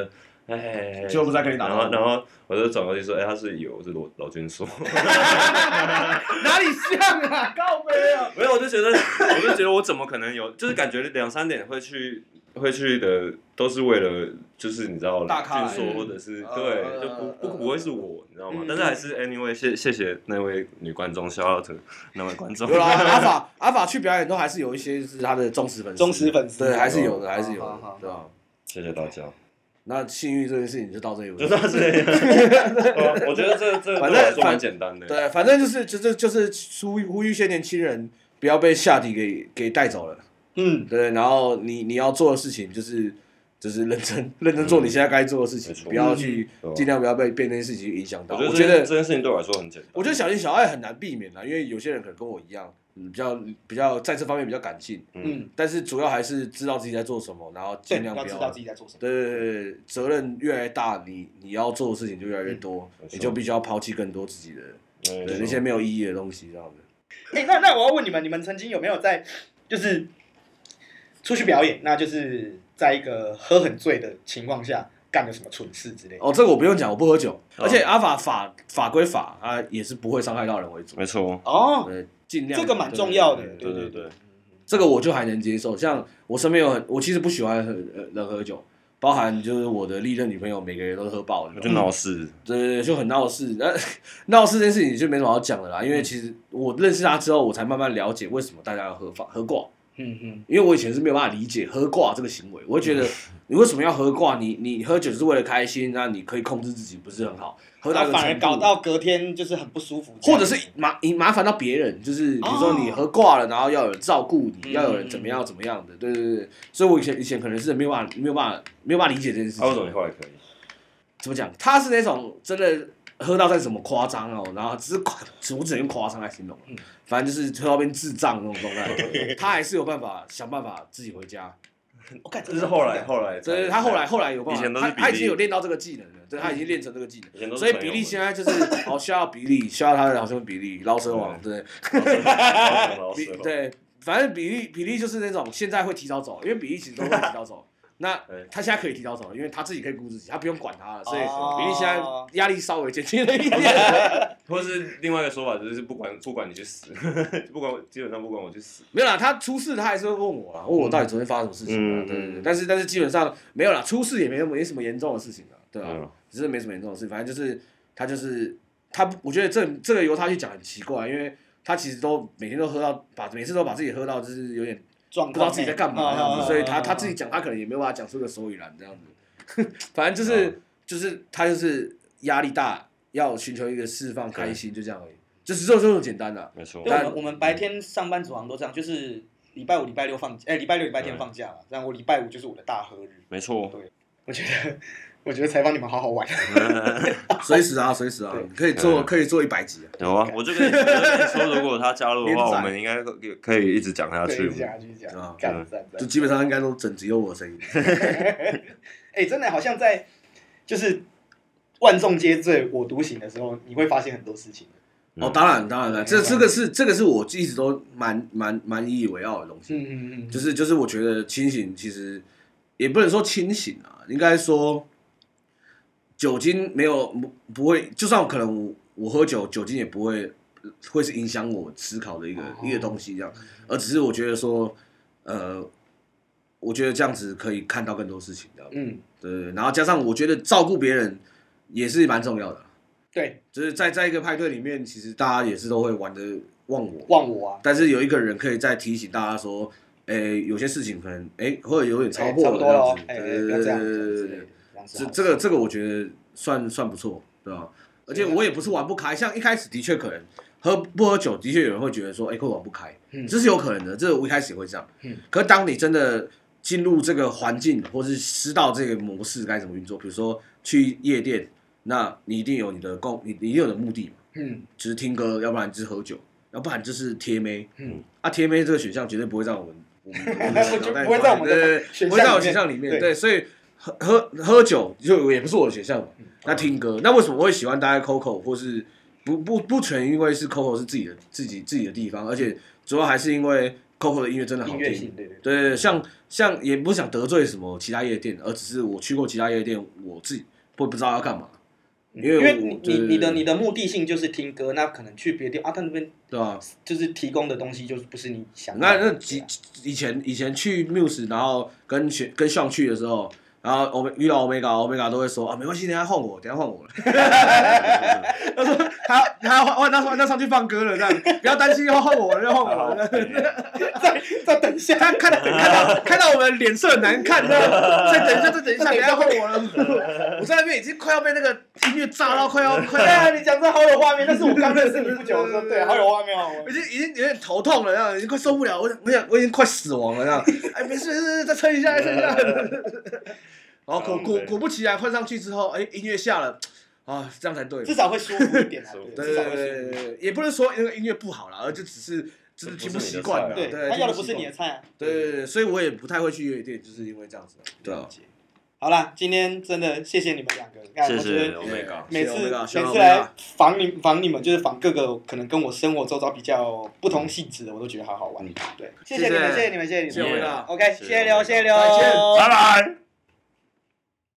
哎，
就不再跟你打
然
招
后
呼
然后我就转过去说，哎，他是有，我是罗罗君硕。
哪里像啊？告白啊！
*laughs* 没有，我就觉得，我就觉得我怎么可能有，就是感觉两三点会去会去的，都是为了就是你知道，
大咖
俊
嗯
硕或者是
呃
对，
呃
就不
呃
不不会是我，你知道吗
嗯？
但是还是 anyway，谢谢谢那位女观众，shout out to 那位观众
有。啦，阿法阿法去表演都还是有一些是他的忠实粉丝，
忠实粉丝
对，还是有的，还是有
哦
好好好
的，对吧？
谢谢大家。
那幸运这件事情就到这里为
就
止
到。这
*laughs*
里，呃我觉得这这
反正
对我来说
反
蛮简单的。
对，啊反正就是就是就是呼吁呼吁些年轻人不要被下体给给带走了，
嗯，
对。然后你你要做的事情就是就是认真认真做你现在该做的事情
嗯没，错
不要去
嗯
尽量不要被被那些事情影响到。
我
我
觉
觉
得
得
这件这件事情对我来说很简单。
我觉得小情小爱很难避免啦，因为有些人可能跟我一样，嗯比较比较在这方面比较感性，
嗯，
但是主要还是知道自己在做什么，然后
对，
尽量
要
不
知道自己在做什么。
对对对对，责任越来越大，你你要做的事情就越来越
嗯
多，
没错
你就必须要抛弃更多自己的
嗯
对那些没有意义的东西，这样子。
哎、 *laughs* 那那我要问你们，你们曾经有没有在就是出去表演，那就是在一个喝很醉的情况下干了什么蠢事之类的？
哦，这个我不用讲，我不喝酒，
哦
而且阿法法法归法，啊，也是不会伤害到人为主，
没错，
哦，
对，尽量
这个蛮重要的
对对对
对对对，
这个我就还能接受。像我身边有很，我其实不喜欢喝呃人喝酒，包含就是我的历任女朋友，每个人都喝爆了，
我就闹事，
对对对，就很闹事。 *laughs* 那闹事这件事情就没什么好讲的啦，
嗯
因为其实我认识他之后，我才慢慢了解为什么大家要喝法喝挂。
嗯嗯，
因为我以前是没有办法理解喝挂这个行为，我会觉得 *laughs* 你为什么要喝挂？你你喝酒是为了开心，那你可以控制自己，不是很好？喝
然
到
后
一个
啊反而
程度
搞到隔天就是很不舒服，
或者是麻你麻烦到别人，就是比如说你喝挂了，然后要有人照顾你，
嗯
要有人怎么样怎么样的，对对对。所以我以前以前可能是没有办法没有办法没有办法理解这件事
啊，为什么
情
你。后来可以？
怎么讲？他是那种真的喝到再怎么夸张哦，然后只是夸，我只能用夸张来形容
嗯，
反正就是喝到变智障那种状
*laughs*
态，他还是有办法想办法自己回家。
我感觉
就是后来，后来才，
对对，他后来后来有办
以前都
法，
是
他
比利嗯
他已经有练到这个技能了，对，他已经练成这个技
以前都
能，
是
所以
朋
比
友
利
们
现在就是好需要比利，需要他的好兄弟比利，捞车王，对 *laughs*
老
比
师，
对，反正比利比利就是那种现在会提早走，因为比利其实都会提早
*laughs*
走。那
对
他现在可以提早走了，因为他自己可以顾自己，他不用管他了，所以
哦
比利现在压力稍微减轻了一点。
或是另外一个说法就是不管不管你去死， *laughs* 不管基本上不管我去死，
没有啦，他出事他还是会问我啦，问我到底昨天发生什么事情啊？
嗯
对对
嗯
对，但是但是基本上没有啦，出事也没没什么严重的事情啊，对啊，
嗯
只是没什么严重的事情，反正就是他就是他不，我觉得这这个由他去讲很奇啊怪，因为他其实都每天都喝到，把每次都把自己喝到就是有点
状
不知道
况
自己在干嘛
啊
这样
嗯
子，所以他
嗯
他自己讲他可能也没有办法讲出个所以然这样子， *laughs* 反正就是就是他就是压力大，要寻求一个释放开
嗯
心，就这样而已，就是就就这么简单的、啊
没错
对，我啊们
但
我们白天上班族好像都这样，就是礼拜五、礼拜六放，哎、礼拜六、礼拜天放假嘛，然后我礼拜五就是我的大喝日。
没错，
我觉得，我觉得采访你们好好玩。
哦
随时啊，随时啊，可以
嗯
做可以做一百集、啊。
有啊，我就跟你我就跟你说，如果他加入的
连
话，
载
我们应该可以一直讲下
*laughs* 对，
去
继续。讲，继续讲
啊，
干赞
就
赞。
基本上应该都整集有我的声音，
哎、真的好像在就是万众皆醉我独醒的时候，你会发现很多事情。
嗯
哦，当然当然了，这这个是这个是我一直都蛮蛮蛮引以为傲的东西，
嗯嗯
就是就是我觉得清醒其实也不能说清醒啊，应该说酒精没有不不会，就算可能我我喝酒，酒精也
哦
不会会是影响我思考的一个、一个东西这样，而只是我觉得说呃，我觉得这样子可以看到更多事情，这样
嗯，
对对对。然后加上我觉得照顾别人也是蛮重要的，啊
对，
就是在在一个派对里面，其实大家也是都会玩的忘我，
忘我啊，
但是有一个人可以再提醒大家说，诶，有些事情可能诶或者有点超
哎
过
差
了
不
这
多了
样
哦
子，，
哎，
对
哎
对
不要
对对
这样子，
对对
之类
对
的。这样子
这
好
这个这个我觉得算算不错，对吧？而
啊
且我也不是玩不开，像一开始的确可能喝不喝酒，的确有人会觉得说，哎、会玩不开，
嗯
这是有可能的，这我一开始也会这样。
嗯
可当你真的进入这个环境，或是知道这个模式该怎么运作，比如说去夜店，那你一定有你的共，你你一定有你的目的嘛，
嗯
就是听歌，要不然就是喝酒，要不然就是贴妹。
嗯，
啊，贴妹这个选项绝对不会在我们，我们
*laughs* 我就不会在我们的
对
选项里面
对对不会在我选项里面。
对
对，所以喝喝喝酒就也不是我的选项嘛。
嗯
那听歌，那为什么我会喜欢待在 Coco 或是不不不全因为是 Coco 是自己的自己自己的地方，而且主要还是因为 Coco 的音乐真的好
音
听。
乐性对对对，
对对对，像像也不想得罪什么其他夜店，而只是我去过其他夜店，我自己会不知道要干嘛，因为
嗯因为
我
你
对
你你
对
的
对
你的目的性就是听歌，那可能去别的地方啊，他那边
对吧？
就是提供的东西就是不是你想要
那
的
那
对
几
啊
以前以前去 Muse，然后跟学跟上去的时候，然后我们遇到 Omega Omega 都会说啊，没关系，等一下换我，等一下换我了。 *laughs* 他说他他换换他换他上去放歌了，这样不要担心，要换我了，要换我了。 *laughs*
啊 *laughs* 再等一下，
他看到看到看到我们脸色很难看，这样再等一下，再等一下，
再等
等
一
一
下
下换我了。 *laughs* 我在那边已经快要被那个音乐炸到，快要快
对
要。
啊，你讲这好有画面，但是我刚认识你不久的时候，对，好有画面哦。
*laughs* 我已经已经有点头痛了，这样已经快受不了，我想我想我已经快死亡了，这样。哎，没事没事，再撑一下，再撑一下。然后果果果不其然，换上去之后，哎，音乐下了，啊，这样才对。
至少会舒服一点啊，
对
至
对
少会
对
舒服一
对
点。
对，也不是说那个音乐不好啦，而就只是只是听不习惯了。
对
对，他要的不是你的。菜啊。
对对对，所以我也不太会去夜店，就是因为这样子。对啊，
好啦，今天真的谢谢你们两个，看
谢
我觉 *laughs*
谢
得
Omega。
每次
谢谢 Omega，
每
谢
次
谢 Omega
来访你访你们，就是访各个可能跟我生活周遭比较不同性质的，我都觉得好好玩。对，谢谢你们，谢
谢
谢你们，谢谢你
嗯谢谢
们。
Omega
OK，谢
谢谢
谢刘，谢谢刘，
再见
拜拜。